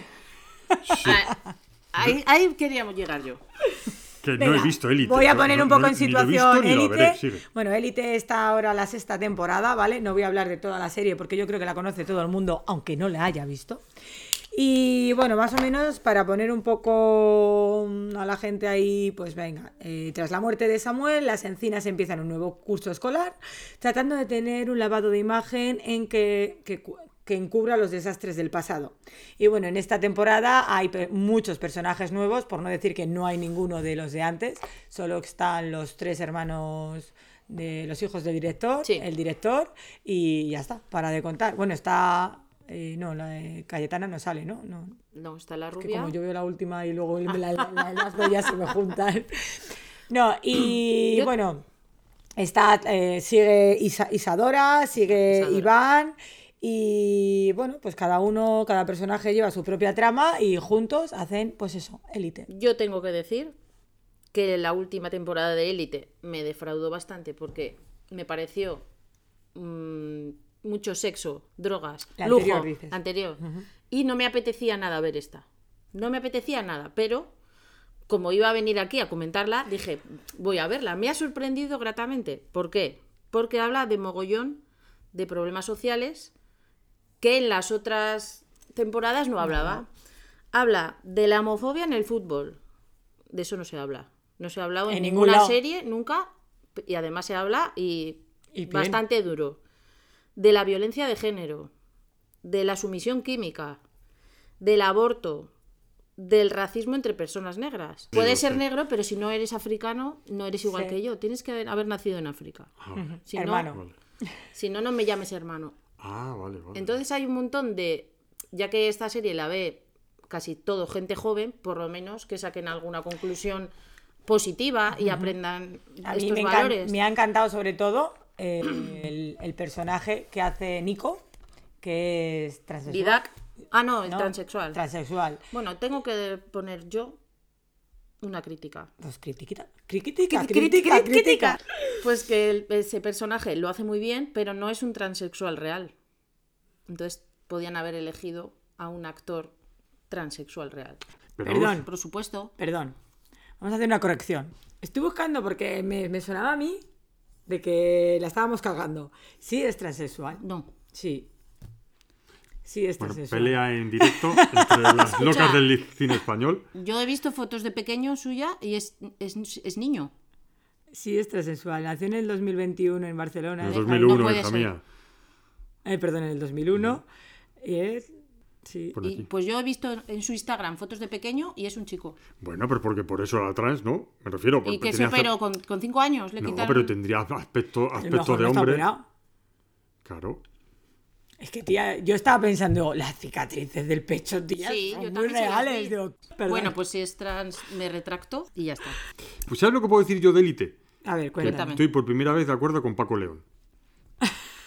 Ah, Ahí, ahí queríamos llegar yo. que Pues no Venga, he visto Élite. Voy a claro, poner no- un poco no- en ni lo he visto situación ni la veré, Élite. sigue. Bueno, Élite está ahora la sexta temporada, ¿vale? No voy a hablar de toda la serie porque yo creo que la conoce todo el mundo, aunque no la haya visto. Y bueno, más o menos para poner un poco mm, a la gente ahí, pues venga, eh, tras la muerte de Samuel, las encinas empiezan un nuevo curso escolar, tratando de tener un lavado de imagen en que, que cu- que encubra los desastres del pasado. Y bueno, en esta temporada hay pe- muchos personajes nuevos, por no decir que no hay ninguno de los de antes, solo están los tres hermanos de los hijos del director, Sí. el director, y ya está, para de contar. Bueno, está... eh, no, la de Cayetana no sale, ¿no? No, No, está la que rubia. como yo veo la última y luego la, la, la enlazgo, ya se me juntan. No, y bueno, está, eh, sigue Isa- Isadora, sigue Isadora. Iván. Y bueno, pues cada uno, cada personaje lleva su propia trama y juntos hacen, pues eso, élite. Yo tengo que decir que la última temporada de Élite me defraudó bastante porque me pareció mm, mucho sexo, drogas, La lujo anterior, dices. anterior. Y no me apetecía nada ver esta. No me apetecía nada, pero como iba a venir aquí a comentarla, dije, voy a verla. Me ha sorprendido gratamente. ¿Por qué? Porque habla de mogollón de problemas sociales que en las otras temporadas no hablaba. Habla de la homofobia en el fútbol. De eso no se habla. No se ha hablado en, En ningún ninguna lado. serie, nunca. Y además se habla y, Y bien. bastante duro. De la violencia de género, de la sumisión química, del aborto, del racismo entre personas negras. Puedes ser negro, pero si no eres africano, no eres igual Sí. que yo. Tienes que haber, haber nacido en África. Si no- Hermano. si no, no me llames hermano. Ah, vale, vale. Entonces hay un montón de, ya que esta serie la ve casi todo gente joven, por lo menos que saquen alguna conclusión positiva y aprendan A mí estos me, encan- valores. me ha encantado sobre todo eh, el, el personaje que hace Nico, que es transexual. Didac, ah no, es ¿no? transexual. Transexual. bueno, tengo que poner yo una crítica. Pues critiquita, critiquita, Cri- crítica, cri- cri- crítica. Pues que el- ese personaje lo hace muy bien, pero no es un transexual real. Entonces podían haber elegido a un actor transexual real. Pero, Perdón. Por supuesto. Perdón. Vamos a hacer una corrección. Estoy buscando porque me, me sonaba a mí de que la estábamos cagando. Sí es transexual. No. Sí. Sí este es Bueno, transexual. pelea en directo entre las locas del cine español. Yo he visto fotos de pequeño suya y es, es, es niño. sí es transexual. Nació en el 2021 en Barcelona. En el Deja- 2001, puede hija ser. mía. eh, perdón, en el 2001. Y es... Sí. Por Y, aquí. pues yo he visto en- en su Instagram fotos de pequeño y es un chico. Bueno, pero porque por eso era trans, ¿no? Me refiero. Y que porque se Pues tenía operó aspecto- con, con cinco años, le No, quitaron. pero tendría aspecto, A lo aspecto mejor Pues de no está hombre. operado. Claro. Es que, tía, yo estaba pensando, las cicatrices del pecho, tía, Sí, son yo muy también se las vi. reales. Digo, perdón. Bueno, pues si es trans, me retracto y ya está. Pues ¿sabes lo que puedo decir yo de élite? A ver, cuéntame. Que Cuéntame. Estoy por primera vez de acuerdo con Paco León.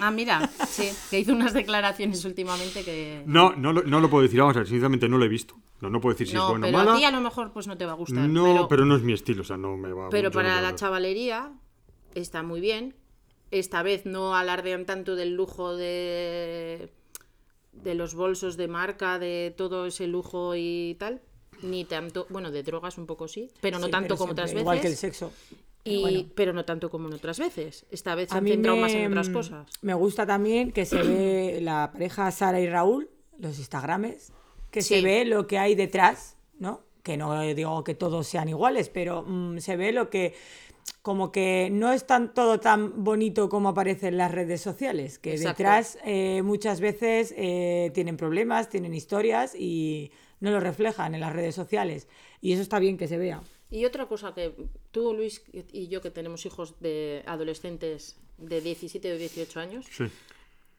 Ah, mira, sí, que hizo unas declaraciones últimamente que. No, no lo, no lo puedo decir. Vamos a ver, sinceramente no lo he visto. No, no puedo decir si es No, bueno o pero mala. a ti a lo mejor pues no te va a gustar. no, pero, pero... no es mi estilo, o sea, no me va a pero yo no para lo la veo. chavalería está muy bien. Esta vez no alardean tanto del lujo de de los bolsos de marca, de todo ese lujo y tal, ni tanto, bueno, de drogas un poco sí, pero no Sí, tanto pero como siempre, otras veces. Igual que el sexo. Y, Bueno. Pero no tanto como en otras veces. Esta vez se A han mí centrado me, más en otras cosas. me gusta también que se ve la pareja Sara y Raúl, los Instagrames, que se Sí. ve lo que hay detrás, ¿no? Que no digo que todos sean iguales, pero mm, se ve lo que como que no es tan todo tan bonito como aparece en las redes sociales, que Exacto. detrás eh, muchas veces eh, tienen problemas, tienen historias y no lo reflejan en las redes sociales. Y eso está bien que se vea. Y otra cosa que tú, Luis, y yo que tenemos hijos de adolescentes de 17 o 18 años, Sí.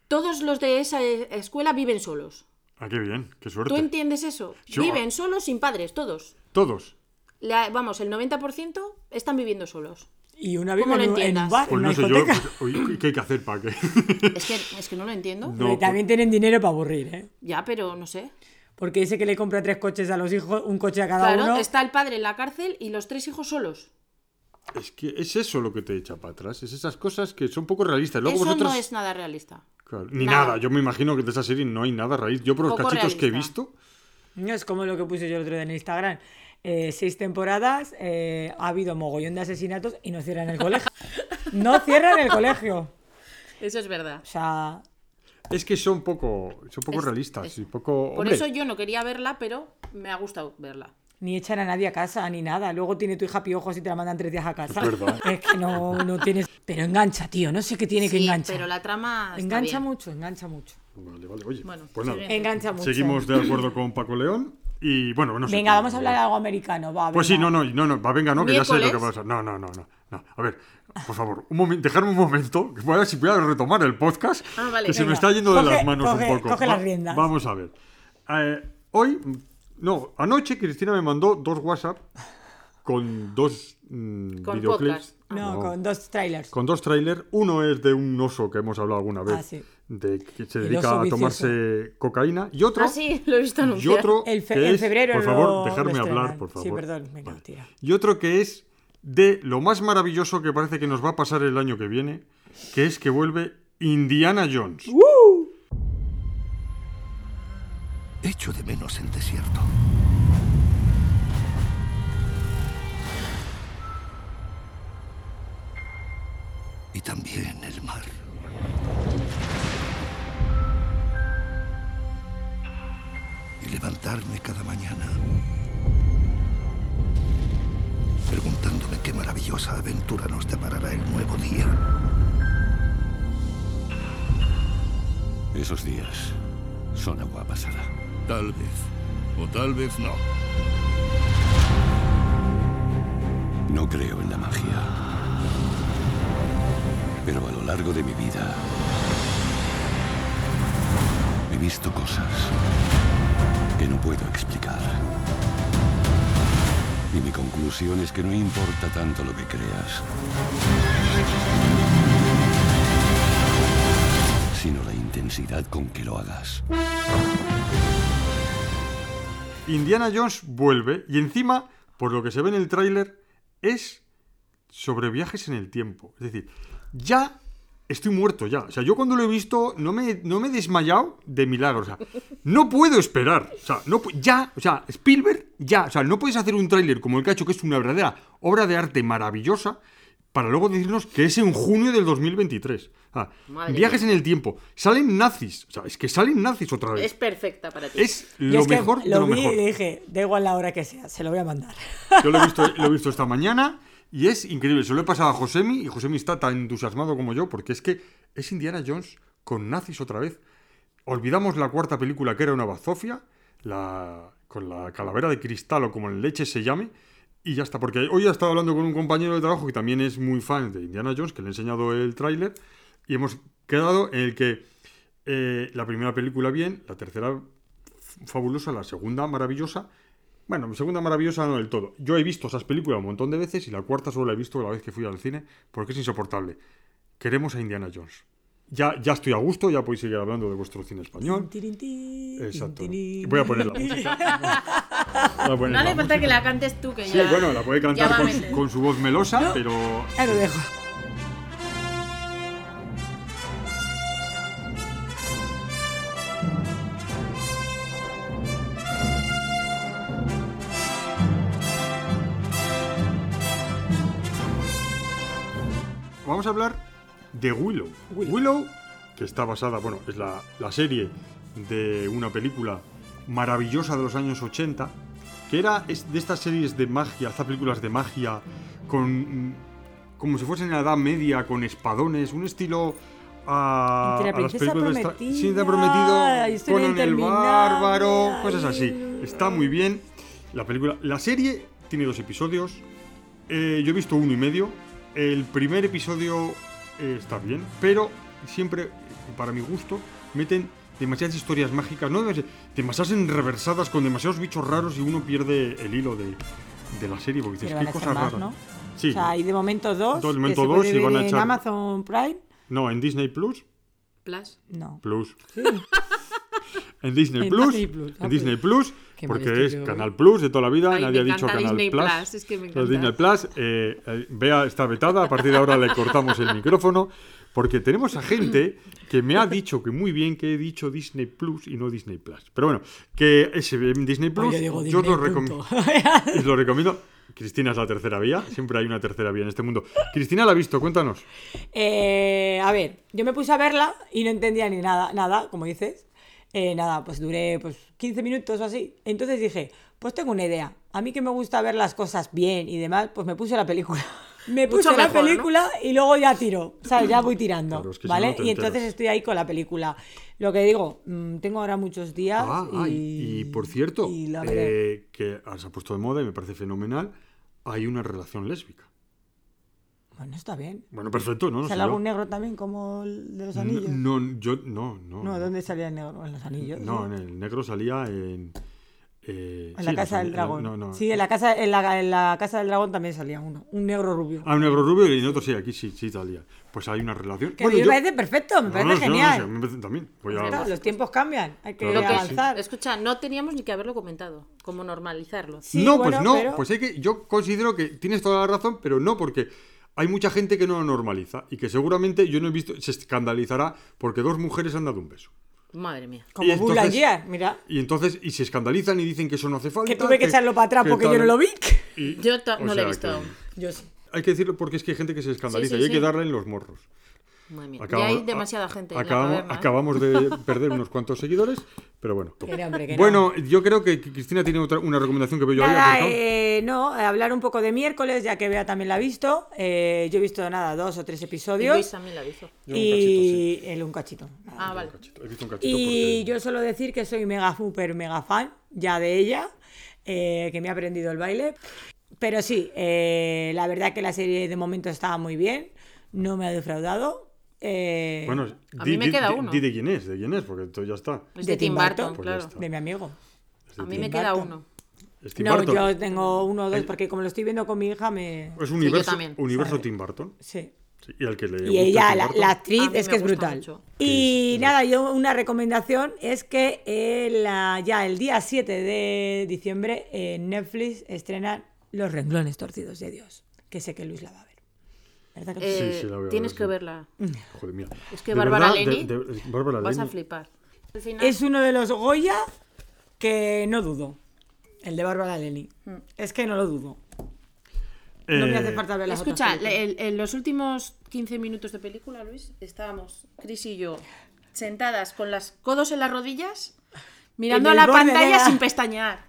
todos los de esa eh, escuela viven solos. Ah, qué bien, qué ¿Tú suerte. entiendes eso? Yo- Viven solos sin padres, todos. Todos. La- vamos, el 90% están viviendo solos. Y una vez ¿Cómo lo en, un- en un entiendas? bar, en Pues una no sé yo, discoteca. pues, oye, ¿qué hay que hacer para que? Es que, es que no lo entiendo. No. pues Pero también tienen dinero para aburrir, ¿eh? Ya, pero no sé. Porque ese que le compra tres coches a los hijos, un coche a cada Claro, uno. está el padre en la cárcel y los tres hijos solos. Es que es eso lo que te echa para atrás, es esas cosas que son poco realistas. Luego Eso vosotras... no es nada realista. Claro, Ni nada. Nada. yo me imagino que de esa serie no hay nada raíz. Yo por los Poco cachitos que he realista. visto, No es como lo que puse yo el otro día en Instagram. Eh, seis temporadas, eh, ha habido mogollón de asesinatos y no cierran el colegio. No cierran el colegio. Eso es verdad. O sea, es que son poco, son poco Es- realistas es- y poco... Por hombre, eso yo no quería verla, pero me ha gustado verla. ni echan a nadie a casa, ni nada. Luego tiene tu hija piojos y te la mandan tres días a casa. Es verdad. Es que no, no tienes... Pero engancha, tío. No sé qué tiene que Sí, enganchar. pero la trama está Engancha bien. mucho, engancha mucho. Vale, vale, oye. Bueno, pues nada. siguiente. Engancha mucho. Seguimos de acuerdo con Paco León y bueno, no sé. Venga, tú, vamos a hablar de algo americano. Va, Pues sí, venga. no, no, no, no, va, venga, no, que ya sé lo que va Miércoles. a pasar. No, no, no, no. no. A ver, por favor, un momento, dejarme un momento, que voy a, si voy a retomar el podcast, Ah, vale. que se me Venga. está yendo de Coge- las manos coge- un poco. coge las riendas. Vamos a ver. Eh, hoy, no, anoche Cristina me mandó dos WhatsApp con dos mm, Con videoclips. podcast. No, con dos trailers. Con dos trailers, uno es de un oso que hemos hablado alguna vez, Ah, sí. de que se El dedica oso a vicioso. tomarse cocaína, y otro Ah, sí, lo he visto y anunciar. otro El fe- que en es- febrero por lo- favor, lo dejarme hablar, estrenan. por favor. Sí, perdón, venga, tira. Y otro que es de lo más maravilloso que parece que nos va a pasar el año que viene, que es que vuelve Indiana Jones. Echo de menos el desierto. Y también el mar. Y levantarme cada mañana preguntándome qué maravillosa aventura nos deparará el nuevo día. Esos días son agua pasada. Tal vez. O tal vez no. No creo en la magia. Pero a lo largo de mi vida he visto cosas que no puedo explicar. Y mi conclusión es que no importa tanto lo que creas, sino la intensidad con que lo hagas. Indiana Jones vuelve y encima, por lo que se ve en el tráiler, es sobre viajes en el tiempo. Es decir, ya estoy muerto ya. O sea, yo cuando lo he visto no me, no me he desmayado de milagro. O sea, no puedo esperar. O sea, no, pu- ya, o sea, Spielberg, ya. O sea, no puedes hacer un tráiler como el que ha hecho, que es una verdadera obra de arte maravillosa, para luego decirnos que es en junio del 2023. Ah, Madre viajes en el tiempo. Salen nazis. O sea, es que salen nazis otra Es vez. perfecta para ti. pues, Es Yo lo es que mejor de lo lo vi mejor. y dije, da igual la hora que sea, se lo voy a mandar. Yo lo he visto, lo he visto esta mañana Y es increíble, se lo he pasado a Josemi y Josemi está tan entusiasmado como yo porque es que es Indiana Jones con nazis otra vez. Olvidamos la cuarta película que era una bazofia, la, con la calavera de cristal o como en leche se llame, y ya está. Porque hoy he estado hablando con un compañero de trabajo que también es muy fan de Indiana Jones, que le he enseñado el tráiler, y hemos quedado en el que eh, la primera película bien, la tercera fabulosa, la segunda maravillosa, bueno, mi segunda maravillosa no del todo. Yo he visto esas películas un montón de veces y la cuarta solo la he visto la vez que fui al cine porque es insoportable. Queremos a Indiana Jones. Ya, ya estoy a gusto, ya podéis seguir hablando de vuestro cine español. Tin, tin, tin, Exacto. tin, tin. Voy a poner la música. Voy Ah, a No poner la hace falta música. que la cantes tú, que Sí, ya. bueno, la puede ya va cantar a con, meter. con su voz melosa, pero... Ahí lo dejo. Vamos a hablar de Willow. Willow, que está basada, bueno, es la, la serie de una película maravillosa de los años 80, que era es de estas series de magia, estas películas de magia, con mm, como si fuesen en la Edad Media, con espadones, un estilo... A, Entre la a las princesa películas de esta- prometida, Sí, te ha prometido. historia Conan el interminable, bárbaro, cosas así. ay. Está muy bien la película. La serie tiene dos episodios. Eh, yo he visto uno y medio. El primer episodio eh, está bien, pero siempre, para mi gusto, meten demasiadas historias mágicas, no Demasi- demasiadas enreversadas con demasiados bichos raros y uno pierde el hilo de, de la serie porque dices, Pero van qué a hacer cosas más, raras. ¿no? Sí, O sea, hay de momento dos. De que momento se dos puede y van a ver en echar- Amazon Prime. no, en Disney Plus, Plus. No. Plus. Sí. En Disney En Plus, Disney Plus, ah, en Disney Plus, Qué mal porque estoy es yo hoy. Canal Plus de toda la vida, Ay, nadie ha me dicho encanta Canal Disney Plus. Plus, es que me encanta. Disney Plus, eh, eh, Bea está vetada, a partir de ahora le cortamos el micrófono, porque tenemos a gente que me ha dicho que muy bien que he dicho Disney Plus y no Disney Plus. Pero bueno, que es eh, Disney Plus, yo digo os lo Disney, recomiendo. punto. Os lo recomiendo. Cristina es la tercera vía, siempre hay una tercera vía en este mundo. Cristina la ha visto, cuéntanos. Eh, a ver, yo me puse a verla y no entendía ni nada, nada, como dices. Eh, nada, pues duré pues, 15 minutos o así. Entonces dije, pues tengo una idea. A mí que me gusta ver las cosas bien y demás, pues me puse la película. Me Mucho puse la mejor, ¿no? película y luego ya tiro, ¿sabes? Ya voy tirando, Claro, es que si ¿vale? no, no te y entonces enteras. estoy ahí con la película. Lo que digo, mm, tengo ahora muchos días Ah, y, ah, y, y por cierto, y la veré. eh, que ahora se ha puesto de moda y me parece fenomenal, hay una relación lésbica. Bueno, está bien. Bueno, perfecto, ¿no? no sé ¿Sale yo. algún negro también como el de los anillos? No, no, yo, no, no. No, ¿dónde salía el negro? En los anillos. No, en el negro salía en... eh, En sí, la casa sali- del dragón. No, no. Sí, en la casa, en la, en la casa del dragón también salía uno, un negro rubio. Ah, un negro rubio y en otro sí, aquí sí, sí salía. Pues hay una relación... que Bueno, me yo- parece perfecto, me No, parece no, no, genial. no, sí, me parece también. Voy Ya a- está, los tiempos cambian, hay que Claro que sí. avanzar. Escucha, no teníamos ni que haberlo comentado, como normalizarlo. Sí, no, bueno, pues no, pero- pues hay que, yo considero que tienes toda la razón, pero no porque hay mucha gente que no lo normaliza y que seguramente yo no he visto, se escandalizará porque dos mujeres han dado un beso. Madre mía. Y Como entonces- Buzz Lightyear, mira, Y entonces, y se escandalizan y dicen que eso no hace falta. que tuve que echarlo para atrás que porque yo tal. no lo vi. Y- Yo ta- o no lo he sea visto que- aún. Yo sí. Hay que decirlo porque es que hay gente que se escandaliza Sí, sí, y hay que sí. darle en los morros. Madre mía. Acabamos- ya hay demasiada gente. en la acabamos, taberna, ¿eh? acabamos de perder unos cuantos seguidores, pero bueno. Que no, hombre, que no. bueno, yo creo que Cristina tiene otra, una recomendación que veo yo ahí. Nada, acercado. eh, no, eh, hablar un poco de miércoles, ya que Bea también la ha visto. Eh, yo he visto nada, dos o tres Y episodios. Luis también la hizo. Yo un cachito, Y el un cachito. nada. Ah, vale. He visto un cachito Y porque- yo suelo decir que soy mega, super, mega fan ya de ella, eh, que me ha aprendido el baile. Pero sí, eh, la verdad que la serie de momento está muy bien, no me ha defraudado. eh, Bueno, a di, mí me di- queda di- uno. di de quién es, de quién es, porque entonces ya está. Es De de Tim Tim Burton, Burton, claro. pues de mi amigo. Es de A mí Tim- me queda Burton. uno. es Tim No, Burton. Eh, pues yo tengo uno o dos, El- porque como lo estoy viendo con mi hija, me... Es yo universo, también. universo Tim Burton. Sí. Sí, y al que le Y guste ella, Tim la, Burton. la actriz, A mí es me que es gusta brutal. mucho. Y nada, yo una recomendación es que el, ah, ya el día 7 de diciembre en Netflix estrenan Los renglones torcidos de Dios, que sé que Luis la va a ver. ¿Verdad que sí? Eh, sí, la voy a tienes ver, que sí. verla. Joder, mira. Es que De Bárbara verdad, de- Leni, de- es- Bárbara Vas a Leni. flipar. Al final, Es uno de los Goya que no dudo. El de Bárbara Leni. Mm. Es que no lo dudo. No me Eh, hace falta ver las Escucha, otras películas. le- el- en los últimos 15 minutos de película, Luis, estábamos, Cris y yo, sentadas con los codos en las rodillas, mirando En a el la borde de pantalla la- sin pestañear.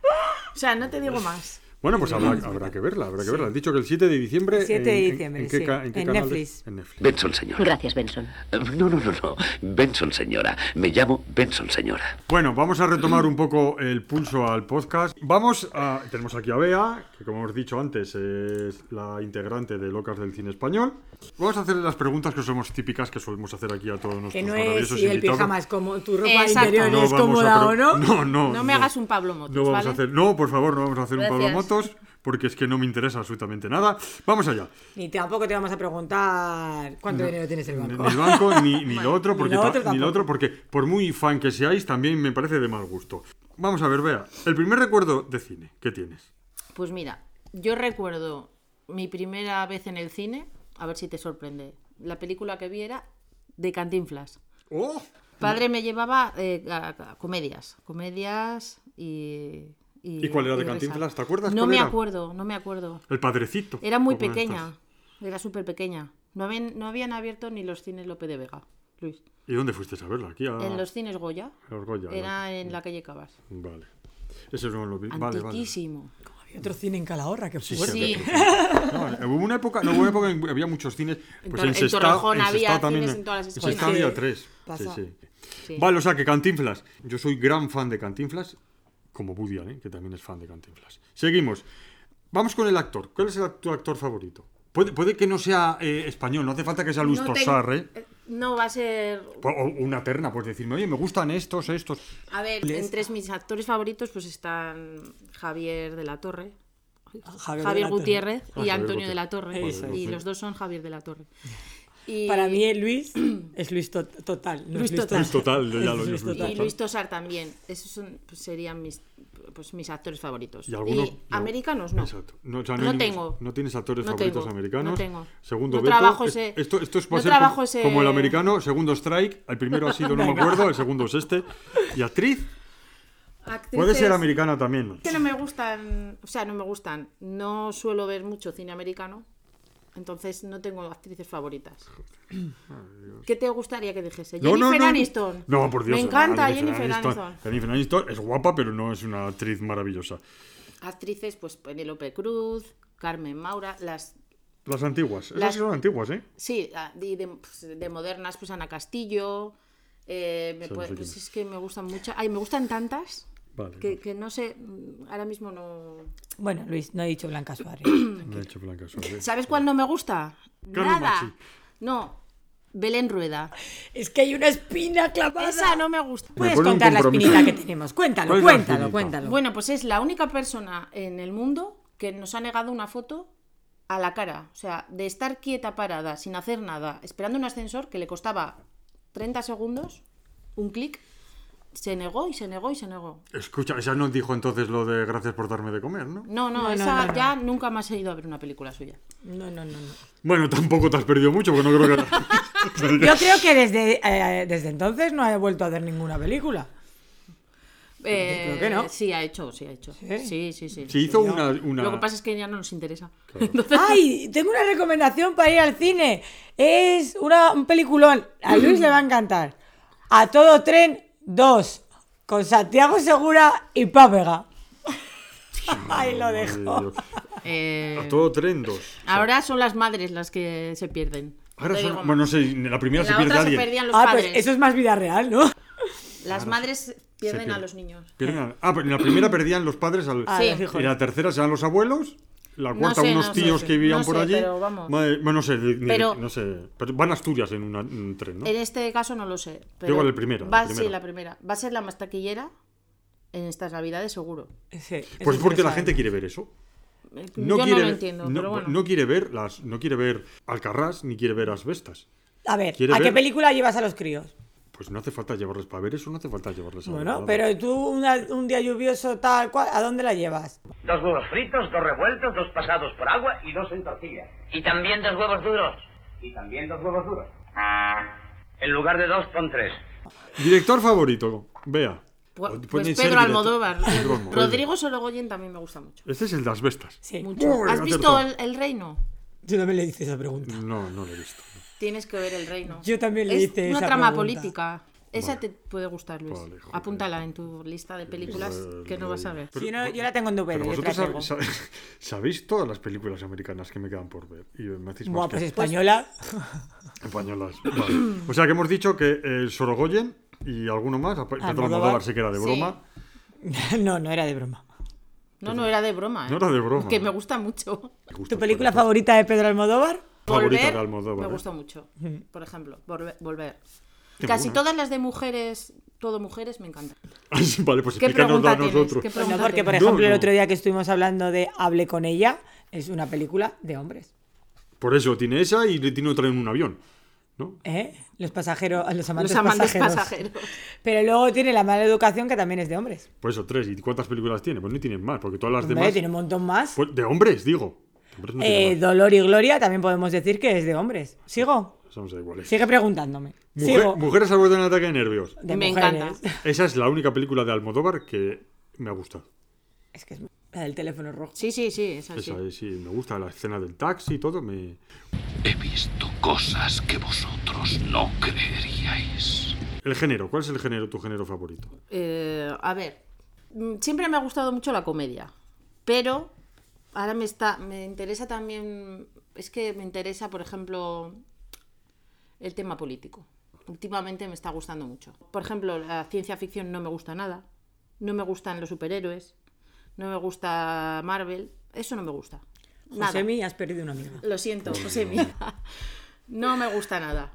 O sea, no te digo más. Bueno, pues habrá, habrá que verla, habrá que verla. Han dicho que el 7 de diciembre. eh, El 7 de en- en- diciembre, ¿En, qué, sí. ca- en qué En canal Netflix. es? En Netflix. Benson, señora. Gracias, Benson. Eh, No, no, no, no. Benson, señora. Me llamo Benson, señora. Bueno, vamos a retomar un poco el pulso al podcast. Vamos a. Tenemos aquí a Bea, que como hemos dicho antes es la integrante de Locas del Cine Español. Vamos a hacer las preguntas que somos típicas que solemos hacer aquí a todos nuestros Que no es maravillosos si el invitados. pijama es como tu ropa Exacto. interior No es vamos a cómoda o pre- no. No, no. No me hagas un Pablo Motos, No vamos ¿vale? a hacer, no, por favor, no vamos a hacer un Pablo Gracias. Motos, porque es que no me interesa absolutamente nada. Vamos allá. Ni tampoco te vamos a preguntar cuánto No, dinero tienes en el Ni banco. el banco, ni, ni lo otro, ni porque lo ta- otro ni lo tampoco. otro, porque por muy fan que seáis, también me parece de mal gusto. Vamos a ver, vea. El primer recuerdo de cine que tienes. Pues mira, yo recuerdo mi primera vez en el cine, a ver si te sorprende, la película que vi era de Cantinflas. ¡Oh! Padre me llevaba eh, a- a comedias, comedias y... ¿Y cuál era de risas. Cantinflas? ¿Te acuerdas No cuál me era? acuerdo, no me acuerdo. El padrecito. Era muy ¿Cómo pequeña, estás? era súper pequeña. No habían, no habían abierto ni los cines Lope de Vega, Luis. ¿Y dónde fuiste a verla? Aquí a En los cines Goya. a Ah. los Goya, Era en la calle Cabas. ¿no? Vale. Ese no lo vi. Vale, vale. Antiquísimo. Había otro cine en Calahorra, que Sí, fuerte. Pues sí, había- no, hubo una época, no, hubo una época en que había muchos cines. Pues Tor- en en, Sestao- Torrejón en había Sestao cines también. en todas las en esquinas. Sestao Sí, había tres. Sí, pasa. sí. Sí. Vale, o sea que Cantinflas. Yo soy gran fan de Cantinflas, como Woody Allen, que también es fan de Cantinflas. Seguimos. Vamos con el actor. ¿Cuál es el, tu actor favorito? Puede, puede que no sea eh, español, no hace falta que sea Luis No te- Tosar, ¿eh? eh, No va a ser O o una terna, pues decirme, oye, me gustan estos, estos. A ver, Les- entre mis actores favoritos pues están Javier de la Torre, Javier Javier, de la Torre. Gutiérrez Ah, y Javier Antonio Gutiérrez. de la Torre. Eso es. Y los dos son Javier de la Torre. Y, Para mí el Luis es Luis to- total. No Luis es Luis total. Luis total, yo ya lo Es Luis digo, Luis total. y Luis Tosar también. Esos son, pues, serían mis, pues, mis actores favoritos. Y algunos. no. americanos no. Exacto. No, o sea, no No hay ningún- tengo. no tienes actores No favoritos tengo, americanos. no tengo. Segundo No veto. trabajo Es- ese- Esto, esto es no para ser trabajo como, ese- como el americano. Segundo strike. El primero ha sido, no me acuerdo. El segundo es este. Y actriz. Puede Actrices- ser americana también. que no me gustan, o sea, no me gustan. No suelo ver mucho cine americano, entonces no tengo actrices favoritas. ¿Qué te gustaría que dijese? No, no, Jennifer no. Aniston. No, por Dios. Me encanta ah, Jennifer Aniston. Jennifer Aniston es guapa, pero no es una actriz maravillosa. Actrices, pues Penélope Cruz, Carmen Maura, las Las antiguas. Esas Las- son antiguas, ¿eh? sí, ah, y de, pues, de modernas, pues Ana Castillo. eh, me Sí, no puede- sé quién pues es. es que me gustan muchas. Ay, me gustan tantas Vale. que, que no sé, mm, ahora mismo no. Bueno, Luis, no he dicho Blanca Suárez. Me ha hecho blanca sobre. ¿Sabes cuál no me gusta? Carmen Nada. Machi. No. Belén Rueda. es que hay una espina clavada. Esa no me gusta. Me Puedes pone un contar la compromiso. espinita que tenemos. Cuéntalo, ¿Cuál es la cuéntalo, espinita? cuéntalo. Bueno, pues es la única persona en el mundo que nos ha negado una foto a la cara. O sea, de estar quieta, parada, sin hacer nada, esperando un ascensor que le costaba 30 segundos, un clic, se negó y se negó y se negó. Escucha, esa no dijo entonces lo de gracias por darme de comer, ¿no? No, no, No, no, esa no, no. ya nunca más he ido a ver una película suya. No, no, no, no. Bueno, tampoco te has perdido mucho, porque no creo que. Yo creo que desde, eh, desde entonces no he vuelto a ver ninguna película. Eh, creo que no. Sí, ha hecho, sí ha hecho. ¿Sí? Sí, sí, sí. Se hizo una, una- Lo que pasa es que ya no nos interesa. ¡Ay! Tengo una recomendación para ir al cine. Es una, un peliculón. A Luis le va a encantar. A todo tren 2. Con Santiago Segura y Pávega. Ahí lo Madre dejo. de Dios. Eh, A todo tren dos. ahora son las madres las que se pierden. Ahora Te son- digo más. bueno, no sé, en la primera En se la pierde otra alguien. se perdían los Ah, pues padres. eso es más vida real, ¿no? Las madres Se pierden a pierde. los niños. Pierden a- Ah, pero en la primera perdían los padres al. A Sí. los hijos. Y la tercera serán los abuelos. La No cuarta, sé, unos no sé, tíos sí. que vivían No por sé, allí. pero vamos. Madre- bueno, no sé, ni- ni- Pero- no sé. Pero van a Asturias en, una- en un tren, ¿no? En este caso no lo sé. Pero Digo la primera, la Va, primera. Sí, la primera. Va a ser la más taquillera en estas navidades, seguro. Sí, eso Pues sí porque que la sabe. gente quiere ver eso. No Yo no quiere, lo entiendo, no- pero bueno. no quiere ver las, no quiere ver Alcarrás ni quiere ver Asbestas. A ver, quiere ¿a qué ver- película llevas a los críos? Pues no hace falta llevarles para ver eso, no hace falta llevarles a ver Bueno, nada. pero tú una- un día lluvioso tal cual, ¿a dónde la llevas? Dos huevos fritos, dos revueltos, dos pasados por agua y dos en tortilla. Y también dos huevos duros. Y también dos huevos duros. En lugar de dos, pon tres. Director favorito, vea. Pu- Puede Pues ser Pedro director- Almodóvar. Pedro Almodóvar. Rodrigo Sorogoyen también me gusta mucho. Este es el de Asbestas. Sí. Mucho. Uy, ¿Has acertado. visto el, El reino? Tú también le dices esa pregunta. No, no lo he visto. Tienes que ver el reino. Yo también le Es hice una esa trama pregunta. política. Esa te puede gustar, Luis. Apúntala en tu lista de películas Vale, que no vas a ver. Eh, Pues, pero- Si no, yo la tengo en DVD. Pero yo te vosotros la sab- tengo. sab- sabéis todas las películas americanas que me quedan por ver. Y me hacéis más Buah, que- pues española. Españolas. vale. O sea que hemos dicho que el Sorogoyen y alguno más, a Pedro Almodóvar. Almodóvar sí que era de Sí. broma. no, no era de broma. No, no era de broma. ¿eh? pues No era de broma. Que me gusta mucho. ¿Tu película favorita de Pedro Almodóvar? Pues Favorita Volver, de Me Almodóvar, ¿eh? gusta mucho. Por ejemplo, Volver. Volver. Qué Casi buena. todas las de mujeres, todo mujeres, me encantan. vale, pues ¿Qué explícanos pregunta a tienes? nosotros. ¿Qué pregunta No, porque por No, ejemplo el no. otro día que estuvimos hablando de Hable con ella, es una película de hombres. Por eso, tiene esa y le tiene otra en un avión. ¿eh? Los pasajeros, los amantes, Los amantes pasajeros. pasajeros. Pero luego tiene la mala educación que también es de hombres. Por eso, tres. ¿Y cuántas películas tiene? Pues no tienen más, porque todas las Hombre, demás. tiene un montón más. Pues de hombres, digo. De hombres no tiene Eh, Dolor y Gloria también podemos decir que es de hombres. ¿Sigo? más. Eso nos da igual. Sigue preguntándome. Mujer- Sigo. Mujeres a bordo de un ataque de nervios. De Me mujeres. encanta. Esa es la única película de Almodóvar que me ha gustado. Es que es la del teléfono rojo. Sí, sí, sí, Ah, es así. Esa es, sí, me gusta la escena del taxi y todo. Me... He visto cosas que vosotros no creeríais. El género, ¿cuál es el género, tu género favorito? Eh, a ver, mm, siempre me ha gustado mucho la comedia, pero ahora me está, me interesa también, es que me interesa, por ejemplo, el tema político. Últimamente me está gustando mucho. Por ejemplo, la ciencia ficción no me gusta nada, no me gustan los superhéroes, no me gusta Marvel, eso no me gusta. Nada. Josemi, has perdido una amiga. Lo siento, José No me gusta nada.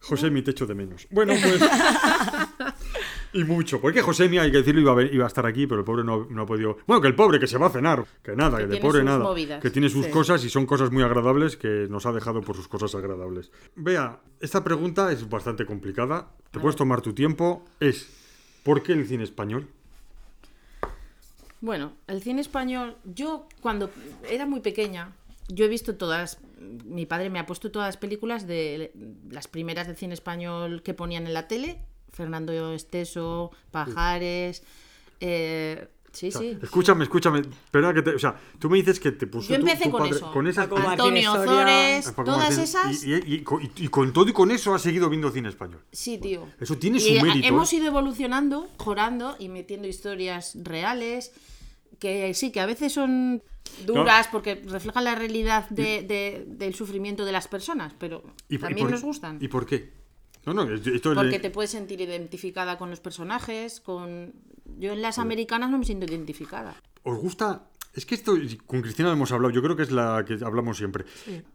José, mi techo de menos. Bueno, pues. y mucho. Porque José, mi, hay que decirlo, iba a, ver- iba a estar aquí, pero el pobre no, no ha podido. Bueno, que el pobre, que se va a cenar. Que nada, que, de tiene pobre sus nada. movidas. Que tiene sus Sí. cosas y son cosas muy agradables que nos ha dejado por sus cosas agradables. Vea, esta pregunta es bastante complicada. Te puedes tomar tu tiempo. Es. ¿Por qué el cine español? Bueno, el cine español, yo cuando era muy pequeña, yo he visto todas, mi padre me ha puesto todas las películas de las primeras del cine español que ponían en la tele, Fernando Esteso, Pajares, eh, sí, O sea, sí. Escúchame, escúchame. Perdona que te. O sea, tú me dices que te puso. Yo tu- empecé tu con padre- eso, Con esas Paco Martínez Antonio Soria. Ozores, Ah, Paco todas Martínez. esas. Y, y- y con- y- y con todo y con eso has seguido viendo cine español. Sí, tío. Eso tiene Y su a- mérito, Hemos ¿eh? ido evolucionando, jorando y metiendo historias reales, que sí, que a veces son duras porque reflejan la realidad de- de- del sufrimiento de las personas, pero ¿Y por- y también por- nos gustan. ¿Y por qué? No, no, esto esto es Porque le- te puedes sentir identificada con los personajes, con... Yo en las americanas no me siento identificada. ¿Os gusta? Es que esto, con Cristina lo hemos hablado, yo creo que es la que hablamos siempre.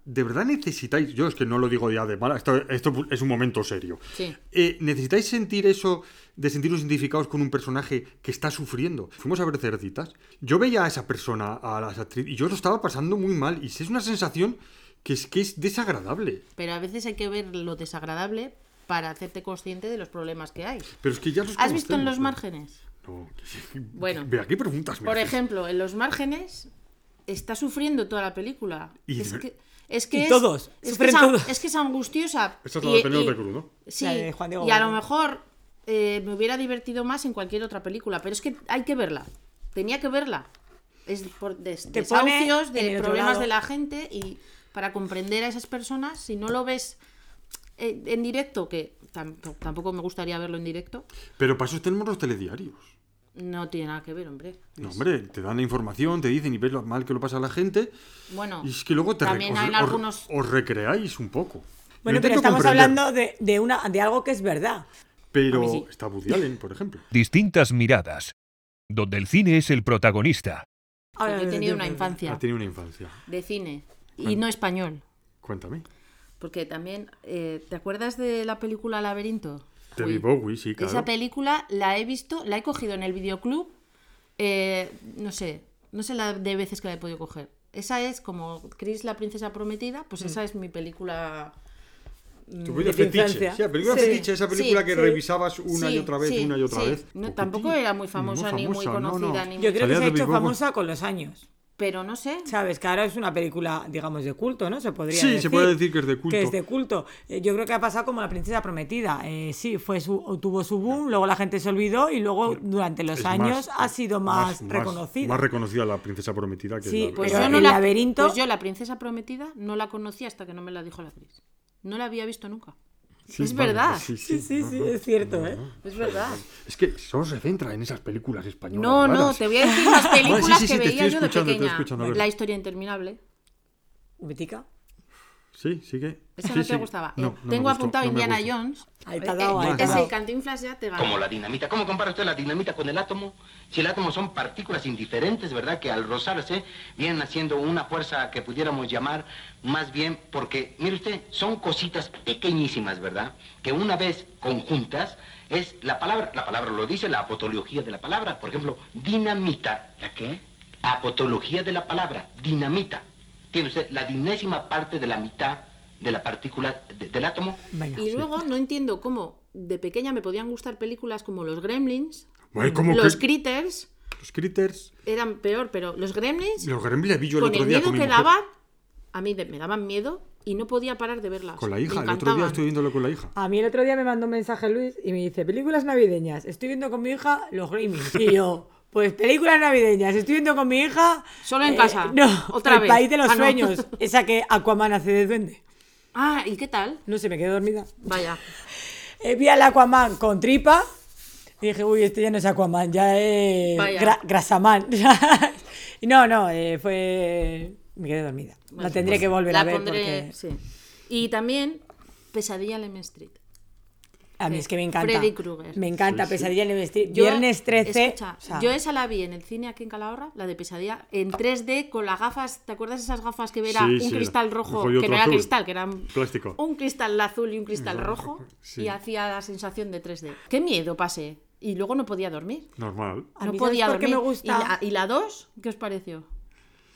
¿De verdad necesitáis, yo es que no lo digo ya de mala, esto, esto es un momento serio. Sí. Eh, ¿Necesitáis sentir eso de sentiros identificados con un personaje que está sufriendo? Fuimos a ver Cerditas. Yo veía a esa persona, a las actrices, y yo lo estaba pasando muy mal. Y es una sensación que es, que es desagradable. Pero a veces hay que ver lo desagradable para hacerte consciente de los problemas que hay. Pero es que ya los ¿Has visto en conocemos, los ¿no? márgenes? No. Bueno. Ve aquí preguntas. me Por haces. ejemplo, en los márgenes está sufriendo toda la película. Y es de- que, es que Y es- todos, Es que, sufren es, an- todos. es que es angustiosa. Esa es Y- la de Penélope y- Cruz, ¿no? Sí. La de Juan Diego y a lo Guerrero. mejor eh, me hubiera divertido más en cualquier otra película, pero es que hay que verla. Tenía que verla. Es por des- Te pone desahucios, en el de otro problemas lado. de la gente y para comprender a esas personas, si no lo ves eh, en directo, que tampo- tampoco me gustaría verlo en directo, Pero para eso tenemos los telediarios. no tiene nada que ver, hombre. No, hombre, te dan la información, te dicen y ves lo mal que lo pasa a la gente. Bueno, Y es que luego te re- también os, hay en os- algunos- os recreáis un poco. Lo Bueno, pero intento estamos comprender, hablando de, de una, de algo que es verdad. Pero A mí sí. está Woody Allen, por ejemplo. Distintas miradas, donde el cine es el protagonista. Porque Ahora, he tenido una ahora, infancia Ha tenido una infancia. de cine y no español. Cuéntame. Porque también, eh, ¿te acuerdas de la película Laberinto? Te Uy. vi Bowie, sí, claro. Esa película la he visto, la he cogido en el videoclub, eh, no sé, no sé la de veces que la he podido coger. Esa es como Chris, la princesa prometida, pues esa es mi película. Mm. mm, Tu película de tu fetiche. infancia. Sí, la película Sí, fetiche, esa película sí, que sí. revisabas una y Sí, otra vez, sí, una y otra sí. vez. No, Poquitín. tampoco era muy famosa, ni muy famosa, no, conocida, no. ni muy- Yo creo que Salía se ha de hecho Bilbao. famosa con los años. Pero no sé. Sabes que ahora es una película, digamos, de culto, ¿no? Se podría Sí, se decir. puede decir que es de culto. Que es de culto. Eh, Yo creo que ha pasado como la princesa prometida. Eh, sí, fue su, tuvo su boom, luego la gente se olvidó y luego durante los Es años ha sido más, Más, reconocida. reconocida la princesa prometida que Sí, la- Pues Pero yo no el la, laberinto- pues yo la princesa prometida no la conocí hasta que no me la dijo la Cris. No la había visto nunca. Sí, es vale, verdad. sí, Sí, sí, sí, es cierto, ¿eh? Es verdad. Es que solo se centra en esas películas españolas. No, no, raras. te voy a decir las Vale, sí, películas sí, sí, que te veía estoy yo de escuchando, te estoy pequeña. escuchando, a ver. La historia interminable. ¿Mítica? Sí, sí que. Esa sí, no te sí. gustaba. No, Eh, no me Tengo gustó, apuntado no me Indiana gustó. Jones. Ahí Eh, está dado, eh, ahí está ese dado. Cantinflas ya te va. Como la dinamita. ¿Cómo compara usted la dinamita con el átomo? Si el átomo son partículas indiferentes, ¿verdad? Que al rozarse vienen haciendo una fuerza que pudiéramos llamar más bien porque, mire usted, son cositas pequeñísimas, ¿verdad? Que una vez conjuntas es la palabra, la palabra lo dice, la apotología de la palabra. Por ejemplo, dinamita. ¿La qué? Apotología de la palabra, dinamita. Tiene usted la dinésima parte de la mitad de la partícula de- del átomo. Y luego no entiendo cómo de pequeña me podían gustar películas como Los Gremlins, Ay, ¿cómo Los que- Critters, Los critters. eran peor, pero Los Gremlins, Los gremlins vi yo el con otro el día miedo con mi que mujer. daban, a mí de- me daban miedo y no podía parar de verlas. Con la Me hija, el otro día encantaban. estoy viéndolo con la hija. A mí el otro día me mandó un mensaje Luis y me dice, películas navideñas, estoy viendo con mi hija Los Gremlins. Y yo, pues películas navideñas, estoy viendo con mi hija... eh, Solo en casa, No, otra El vez. País de los Ah, no. Sueños, esa que Aquaman hace de duende. Ah, ¿y qué tal? No sé, me quedé dormida. Vaya. Eh, vi al Aquaman con tripa y dije, uy, este ya no es Aquaman, ya es Vaya. gra- Grasaman. Y no, no, eh, fue... Me quedé dormida. la Bueno, tendré que volver la a ver pondré- porque... sí. Y también Pesadilla en Elm Street. A mí Sí. es que me encanta. eh, Freddy Krueger. Me encanta, Pesadilla en el Street. Yo- Viernes 13. escucha, o sea, yo esa la vi en el cine aquí en Calahorra, la de Pesadilla, en 3D con las gafas. ¿Te acuerdas esas gafas que era Sí, un sí, cristal el rojo? rojo y Que otro no era azul. cristal, que era un- Plástico. un cristal azul y un cristal rojo. sí. Y hacía la sensación de 3D. ¡Qué miedo pasé! Y luego no podía dormir. Normal. A no mí, ¿sabes podía por qué dormir. me gusta? ¿Y la 2? ¿Qué os pareció?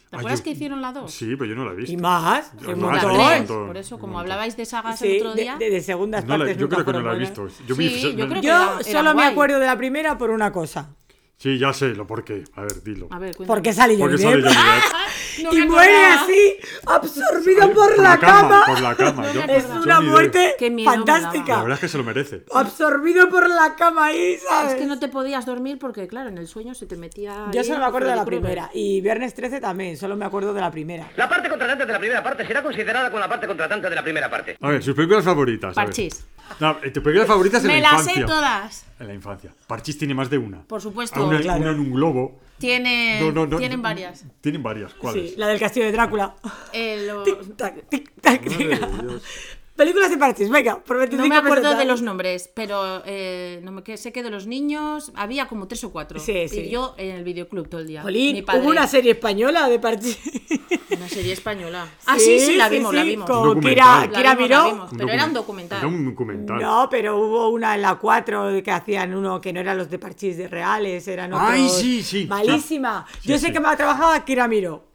¿Te Ah, acuerdas yo- que hicieron la 2? Sí, pero yo no la he visto. Y más, Yo un no La la he montón. visto, tres, un montón, Por eso, un como montón. hablabas de sagas Sí, el otro de- día. de, de segundas No la- partes. yo nunca creo que no fueron la he buenas. visto. Yo vi- Sí, yo creo que- Yo Era- era solo me guay. acuerdo de la primera por una cosa. Sí, ya sé lo por qué. A ver, dilo. A ver, cuéntame. Porque sale yo Porque sale Johnny Depp. Pues No y me muere acordaba. así, absorbido por, la, cama. Por la cama. yo- Es Johnny una Depp. muerte Qué miedo me daba. La fantástica. verdad es que se lo merece. Absorbido por la cama ahí, ¿sabes? Es que no te podías dormir porque, claro, en el sueño se te metía. Yo ahí solo me acuerdo de la Freddy Krueger. primera. Y Viernes 13 también, solo me acuerdo de la primera. La parte contratante de la primera parte será considerada como la parte contratante de la primera parte. A ver, sus películas favoritas. a ver. Parchís. No, eh, tus películas favoritas en Me la las infancia. sé todas. En la infancia. Parchís tiene más de una. Por supuesto. Ah, Una, Claro. una en un globo. Tienen, No, no, no, tienen no, varias. Tienen varias. ¿Cuáles? Sí, la del castillo de Drácula. Eh, lo- Tic, tac, tic, tac, Madre tic, de tac. Dios. Películas de parches, venga, por 25 No me acuerdo pesetas. de los nombres, pero eh, no me, que sé que de los niños había como tres o cuatro. Sí, sí. Y yo en el videoclub todo el día. Mi Jolín, padre. hubo una serie española de parches. Una serie española. Ah, sí, sí, la vimos, la vimos. Un Con Kira, documental. La Kira vimos, Miró. la vimos. Pero era un documental. Era un documental. No, pero hubo una en la 4 de que hacían uno que no eran los de parchís de reales, eran otros. Ay, sí, sí. Malísima. Sí, Yo sé sí. que me trabajaba Kira Miró.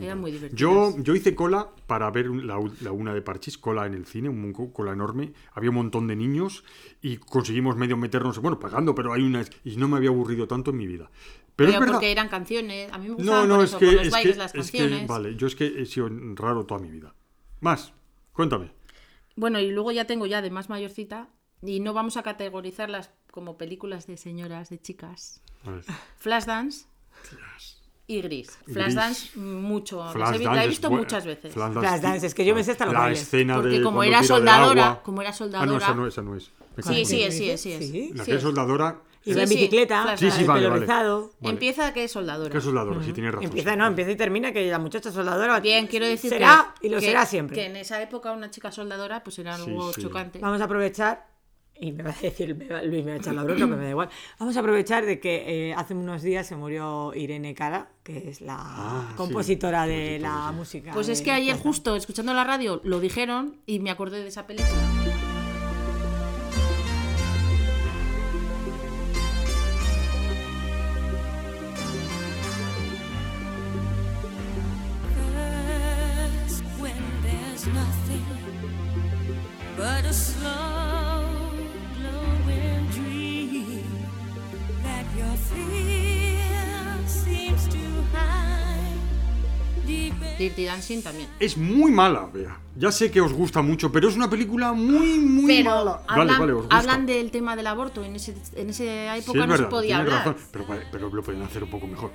Era muy divertido. Yo, yo hice cola para ver un- la, u- la una de Parchís, cola en el cine, un co- cola enorme. Había un montón de niños y conseguimos medio meternos, bueno, pagando, pero hay una. Y no me había aburrido tanto en mi vida. Pero, Pero, es verdad. porque eran canciones. A mí me no, gustaban no, por es eso, que, por los es, bailes, que, las es que- canciones. Vale, yo es que he sido raro toda mi vida. Más, cuéntame. Bueno, y luego ya tengo ya de más mayorcita. Y no vamos a categorizarlas como películas de señoras, de chicas. A ver. Flashdance y Gris. Gris. Flashdance mucho. las he vi- Flashdance la he es visto bu- muchas veces. Flashdance- Flashdance, es que yo me sé hasta los La bailes. escena Porque de como cuando era tira del soldadora- agua. como era Ah, no, esa soldadora- no, esa no es. Me Sí, confundí. sí, es, sí, es, sí, es. Sí. La Sí es. que es soldadora. Iba en sí, bicicleta, Flashdance. Sí, sí, vale, el pelo vale. rizado. Vale. Empieza que es soldadora. Que es soldadora, sí, tiene razón. Empieza, no, empieza y termina que la muchacha soldadora. Bien, quiero decir será que, y lo que- será siempre. Que en esa época una chica soldadora pues era Sí, algo sí. chocante. Vamos a aprovechar, y me va a decir me va- Luis, me va a echar la bronca, pero me da igual. Vamos a aprovechar de que eh, hace unos días se murió Irene Cara, que es la Ah, compositora sí, de compositora, la sí. música. Pues es de- que ayer justo escuchando la radio lo dijeron y me acordé de esa película. hurts when there's nothing but a slow glowing dream that your fear seems to hide deep in Dirty Dancing también. Es muy mala, vea. Ya sé que os gusta mucho, pero es una película muy, muy Pero mala. hablan, vale, vale, os gusta. hablan del tema del aborto. En, ese, en esa Sí, época es no se verdad, podía tienes hablar. razón, pero, vale, pero lo pueden hacer un poco mejor.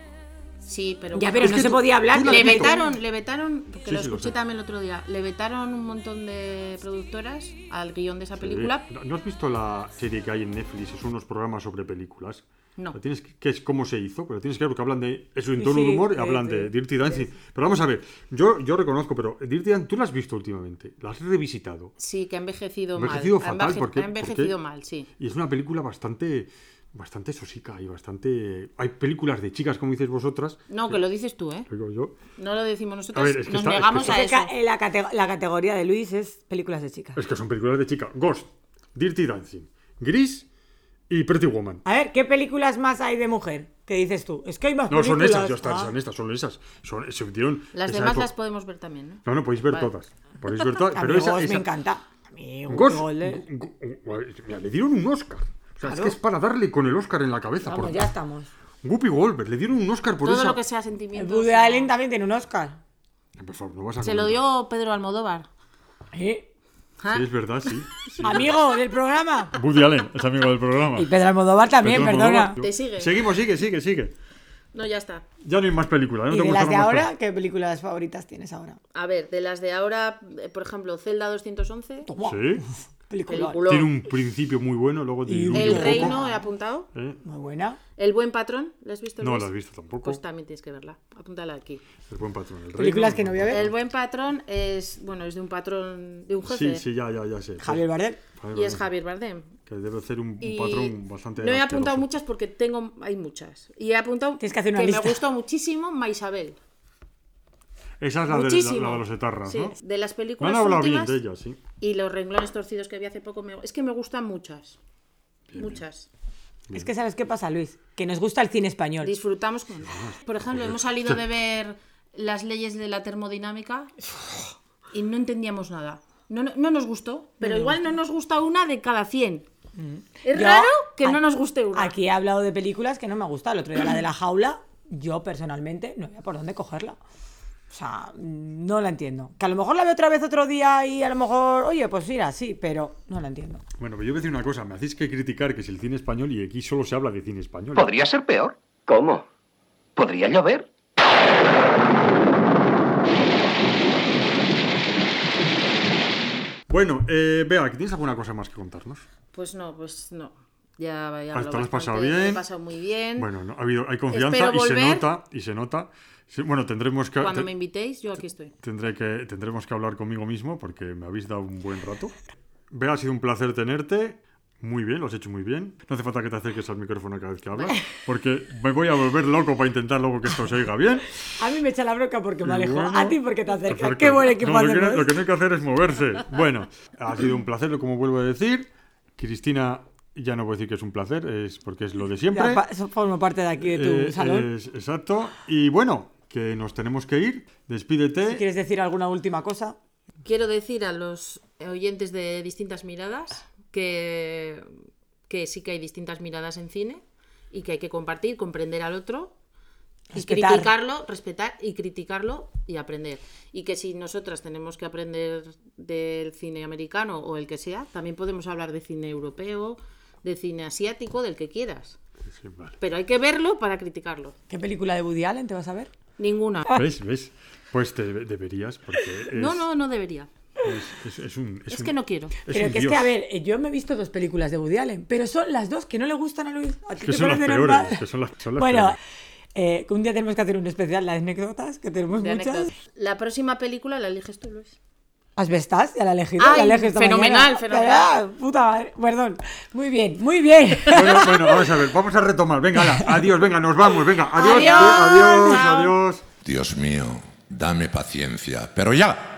Sí, pero. Ya, pero no se podía hablar. Le vetaron, le vetaron, que lo escuché también el otro día, le vetaron un montón de productoras al guión de esa película. Eh, ¿No- ¿No has visto la serie que hay en Netflix? Es unos programas sobre películas. No. La tienes que, que es cómo se hizo, pero tienes que ver que hablan de es un Sí, tono de sí, humor y sí, hablan sí. de Dirty Dancing. Pero vamos a ver, yo, yo reconozco, pero Dirty Dancing, tú la has visto últimamente, la has revisitado. Sí, que ha envejecido, Ha envejecido mal. fatal, ha enveje- ¿por qué? ha envejecido ¿Por qué? mal, sí. Y es una película bastante bastante sosica y bastante hay películas de chicas como dices vosotras, No, que lo dices tú, ¿eh? lo digo yo. No lo decimos A nosotros, ver, es que nos está- es que negamos está- a Es que eso. ca- la, cate- la categoría de Luis es películas de chicas. Es que son películas de chicas, Ghost, Dirty Dancing, Gris y Pretty Woman. A ver, ¿qué películas más hay de mujer? ¿Qué dices tú? Es que hay más No son películas. esas, yo están, Ah. son estas, son esas. Son, se metieron Las esa demás época- las podemos ver también, ¿no? No, no podéis ver Vale. todas. Podéis ver todas, pero Amigos, esa, me esa- encanta. Amigos, Ghost, Golden. Go- Go- mira, le dieron un Oscar. O sea, es Claro. que es para darle con el Oscar en la cabeza. Vamos, por- ya estamos. Whoopi Goldberg, le dieron un Oscar por Todo esa. lo que sea El sentimientos. Woody Allen también tiene un Oscar. Por favor, no vas a Se lo comentar. dio Pedro Almodóvar. ¿Eh? ¿Ah? Sí, es verdad, sí. sí. Amigo del programa. Woody Allen es amigo del programa. Y Pedro Almodóvar también, Pedro perdona. Almodóvar. Te sigue. Seguimos, sigue, sigue, sigue. No, ya está. Ya no hay más películas. ¿eh? No ¿Y te de las gustaron de más ahora? cosas. ¿Qué películas favoritas tienes ahora? A ver, de las de ahora, eh, por ejemplo, Zelda 211. Toma, Sí. película. Peliculón. Tiene un principio muy bueno, luego diluye un El poco. Reino, he apuntado. ¿Eh? Muy buena. El Buen Patrón, ¿la has visto? No Luis? la has visto tampoco. Ah. Pues también tienes que verla. Apúntala aquí. El buen patrón. El Películas Reino, que no voy a ver. El Buen Patrón es, bueno, es de un patrón, de un jefe. Sí, sí, ya, ya, ya sé. Javier Bardem. Javier Y es Bardem, Javier Bardem. Que debe ser un, un Y patrón bastante. No he apuntado asqueroso. muchas porque tengo, hay muchas. Y he apuntado Tienes que hacer una lista. me gustó muchísimo Maisabel. Esa es la, de, la, Muchísimo. la de los etarras, Sí, ¿no? De las Me películas han hablado bien últimas de ella, sí. y los renglones torcidos que vi hace poco, me- es que me gustan muchas. muchas. Es que sabes qué pasa, Luis, que nos gusta el cine español. Disfrutamos con... Por ejemplo, hemos salido de ver las leyes de la termodinámica y no entendíamos nada. No, no, no nos gustó, Mm. pero igual no nos gusta una de cada 100. Es Yo- raro que no a- nos guste una. Aquí he hablado de películas que no me ha gustado. El otro día la de la jaula, yo personalmente no había por dónde cogerla. O sea, mm, no la entiendo. Que a lo mejor la veo otra vez otro día y a lo mejor, oye, pues mira, sí, pero no la entiendo. Bueno, pero yo voy a decir una cosa. Me hacéis que criticar que es el cine español y aquí solo se habla de cine español. Podría ser peor. ¿Cómo? Podría llover. Bueno, eh, Bea, ¿tienes alguna cosa más que contarnos? Pues no, pues no. Ya, ya Ah, hablo te lo has pasado bastante, bien. Lo he pasado muy bien. Bueno, no, ha habido, hay confianza Espero y se volver. nota, y se nota. Sí, bueno, tendremos que, Cuando te- me invitéis, yo aquí estoy. tendré que tendremos que hablar conmigo mismo porque me habéis dado un buen rato. Bea, ha sido un placer tenerte. Muy bien, lo has hecho muy bien. No hace falta que te acerques al micrófono cada vez que hablas, porque me voy a volver loco para intentar luego que esto se oiga bien. A mí me echa la bronca porque me Y alejo. bueno, a ti porque te acercas. Acerca- Qué buen equipo ¿eh? No, lo, que no, hacemos. lo que no hay que hacer es moverse. Bueno, ha sido un placer, como vuelvo a decir. Cristina, ya no voy a decir que es un placer, es porque es lo de siempre. Ya pa- eso forma parte de aquí de tu Eh, salón. es- exacto. Y bueno, que nos tenemos que ir. Despídete. Si quieres decir alguna última cosa, Quiero decir a los oyentes de distintas miradas que, que sí que hay distintas miradas en cine y que hay que compartir, comprender al otro Respetar. y criticarlo, respetar y criticarlo y aprender. Y que si nosotras tenemos que aprender del cine americano o el que sea, también podemos hablar de cine europeo, de cine asiático, del que quieras. Sí, vale. Pero hay que verlo para criticarlo. ¿qué película de Woody Allen te vas a ver? Ninguna. ¿Ves? ¿Ves? Pues te deberías, porque es, No, no, no debería. es- es- es un. Es un- que no quiero. Es pero un que dios. es que, a ver, eh, yo me he visto dos películas de Woody Allen, pero son las dos que no le gustan a Luis. ¿A ti Que te son las parece peores, normal? que son las- son las bueno, peores. eh, que un día tenemos que hacer un especial de anécdotas, que tenemos De muchas. anécdota. La próxima película la eliges tú, Luis. Asbestas, ya la he elegido. Ay, la elegí esta fenomenal, mañana. fenomenal. Ah, puta madre, perdón. Muy bien, muy bien. Bueno, bueno, vamos a ver, vamos a retomar. Venga, ala, adiós, venga, nos vamos, venga, adiós, Adiós, adiós, chao. adiós. Dios mío, dame paciencia, pero ya.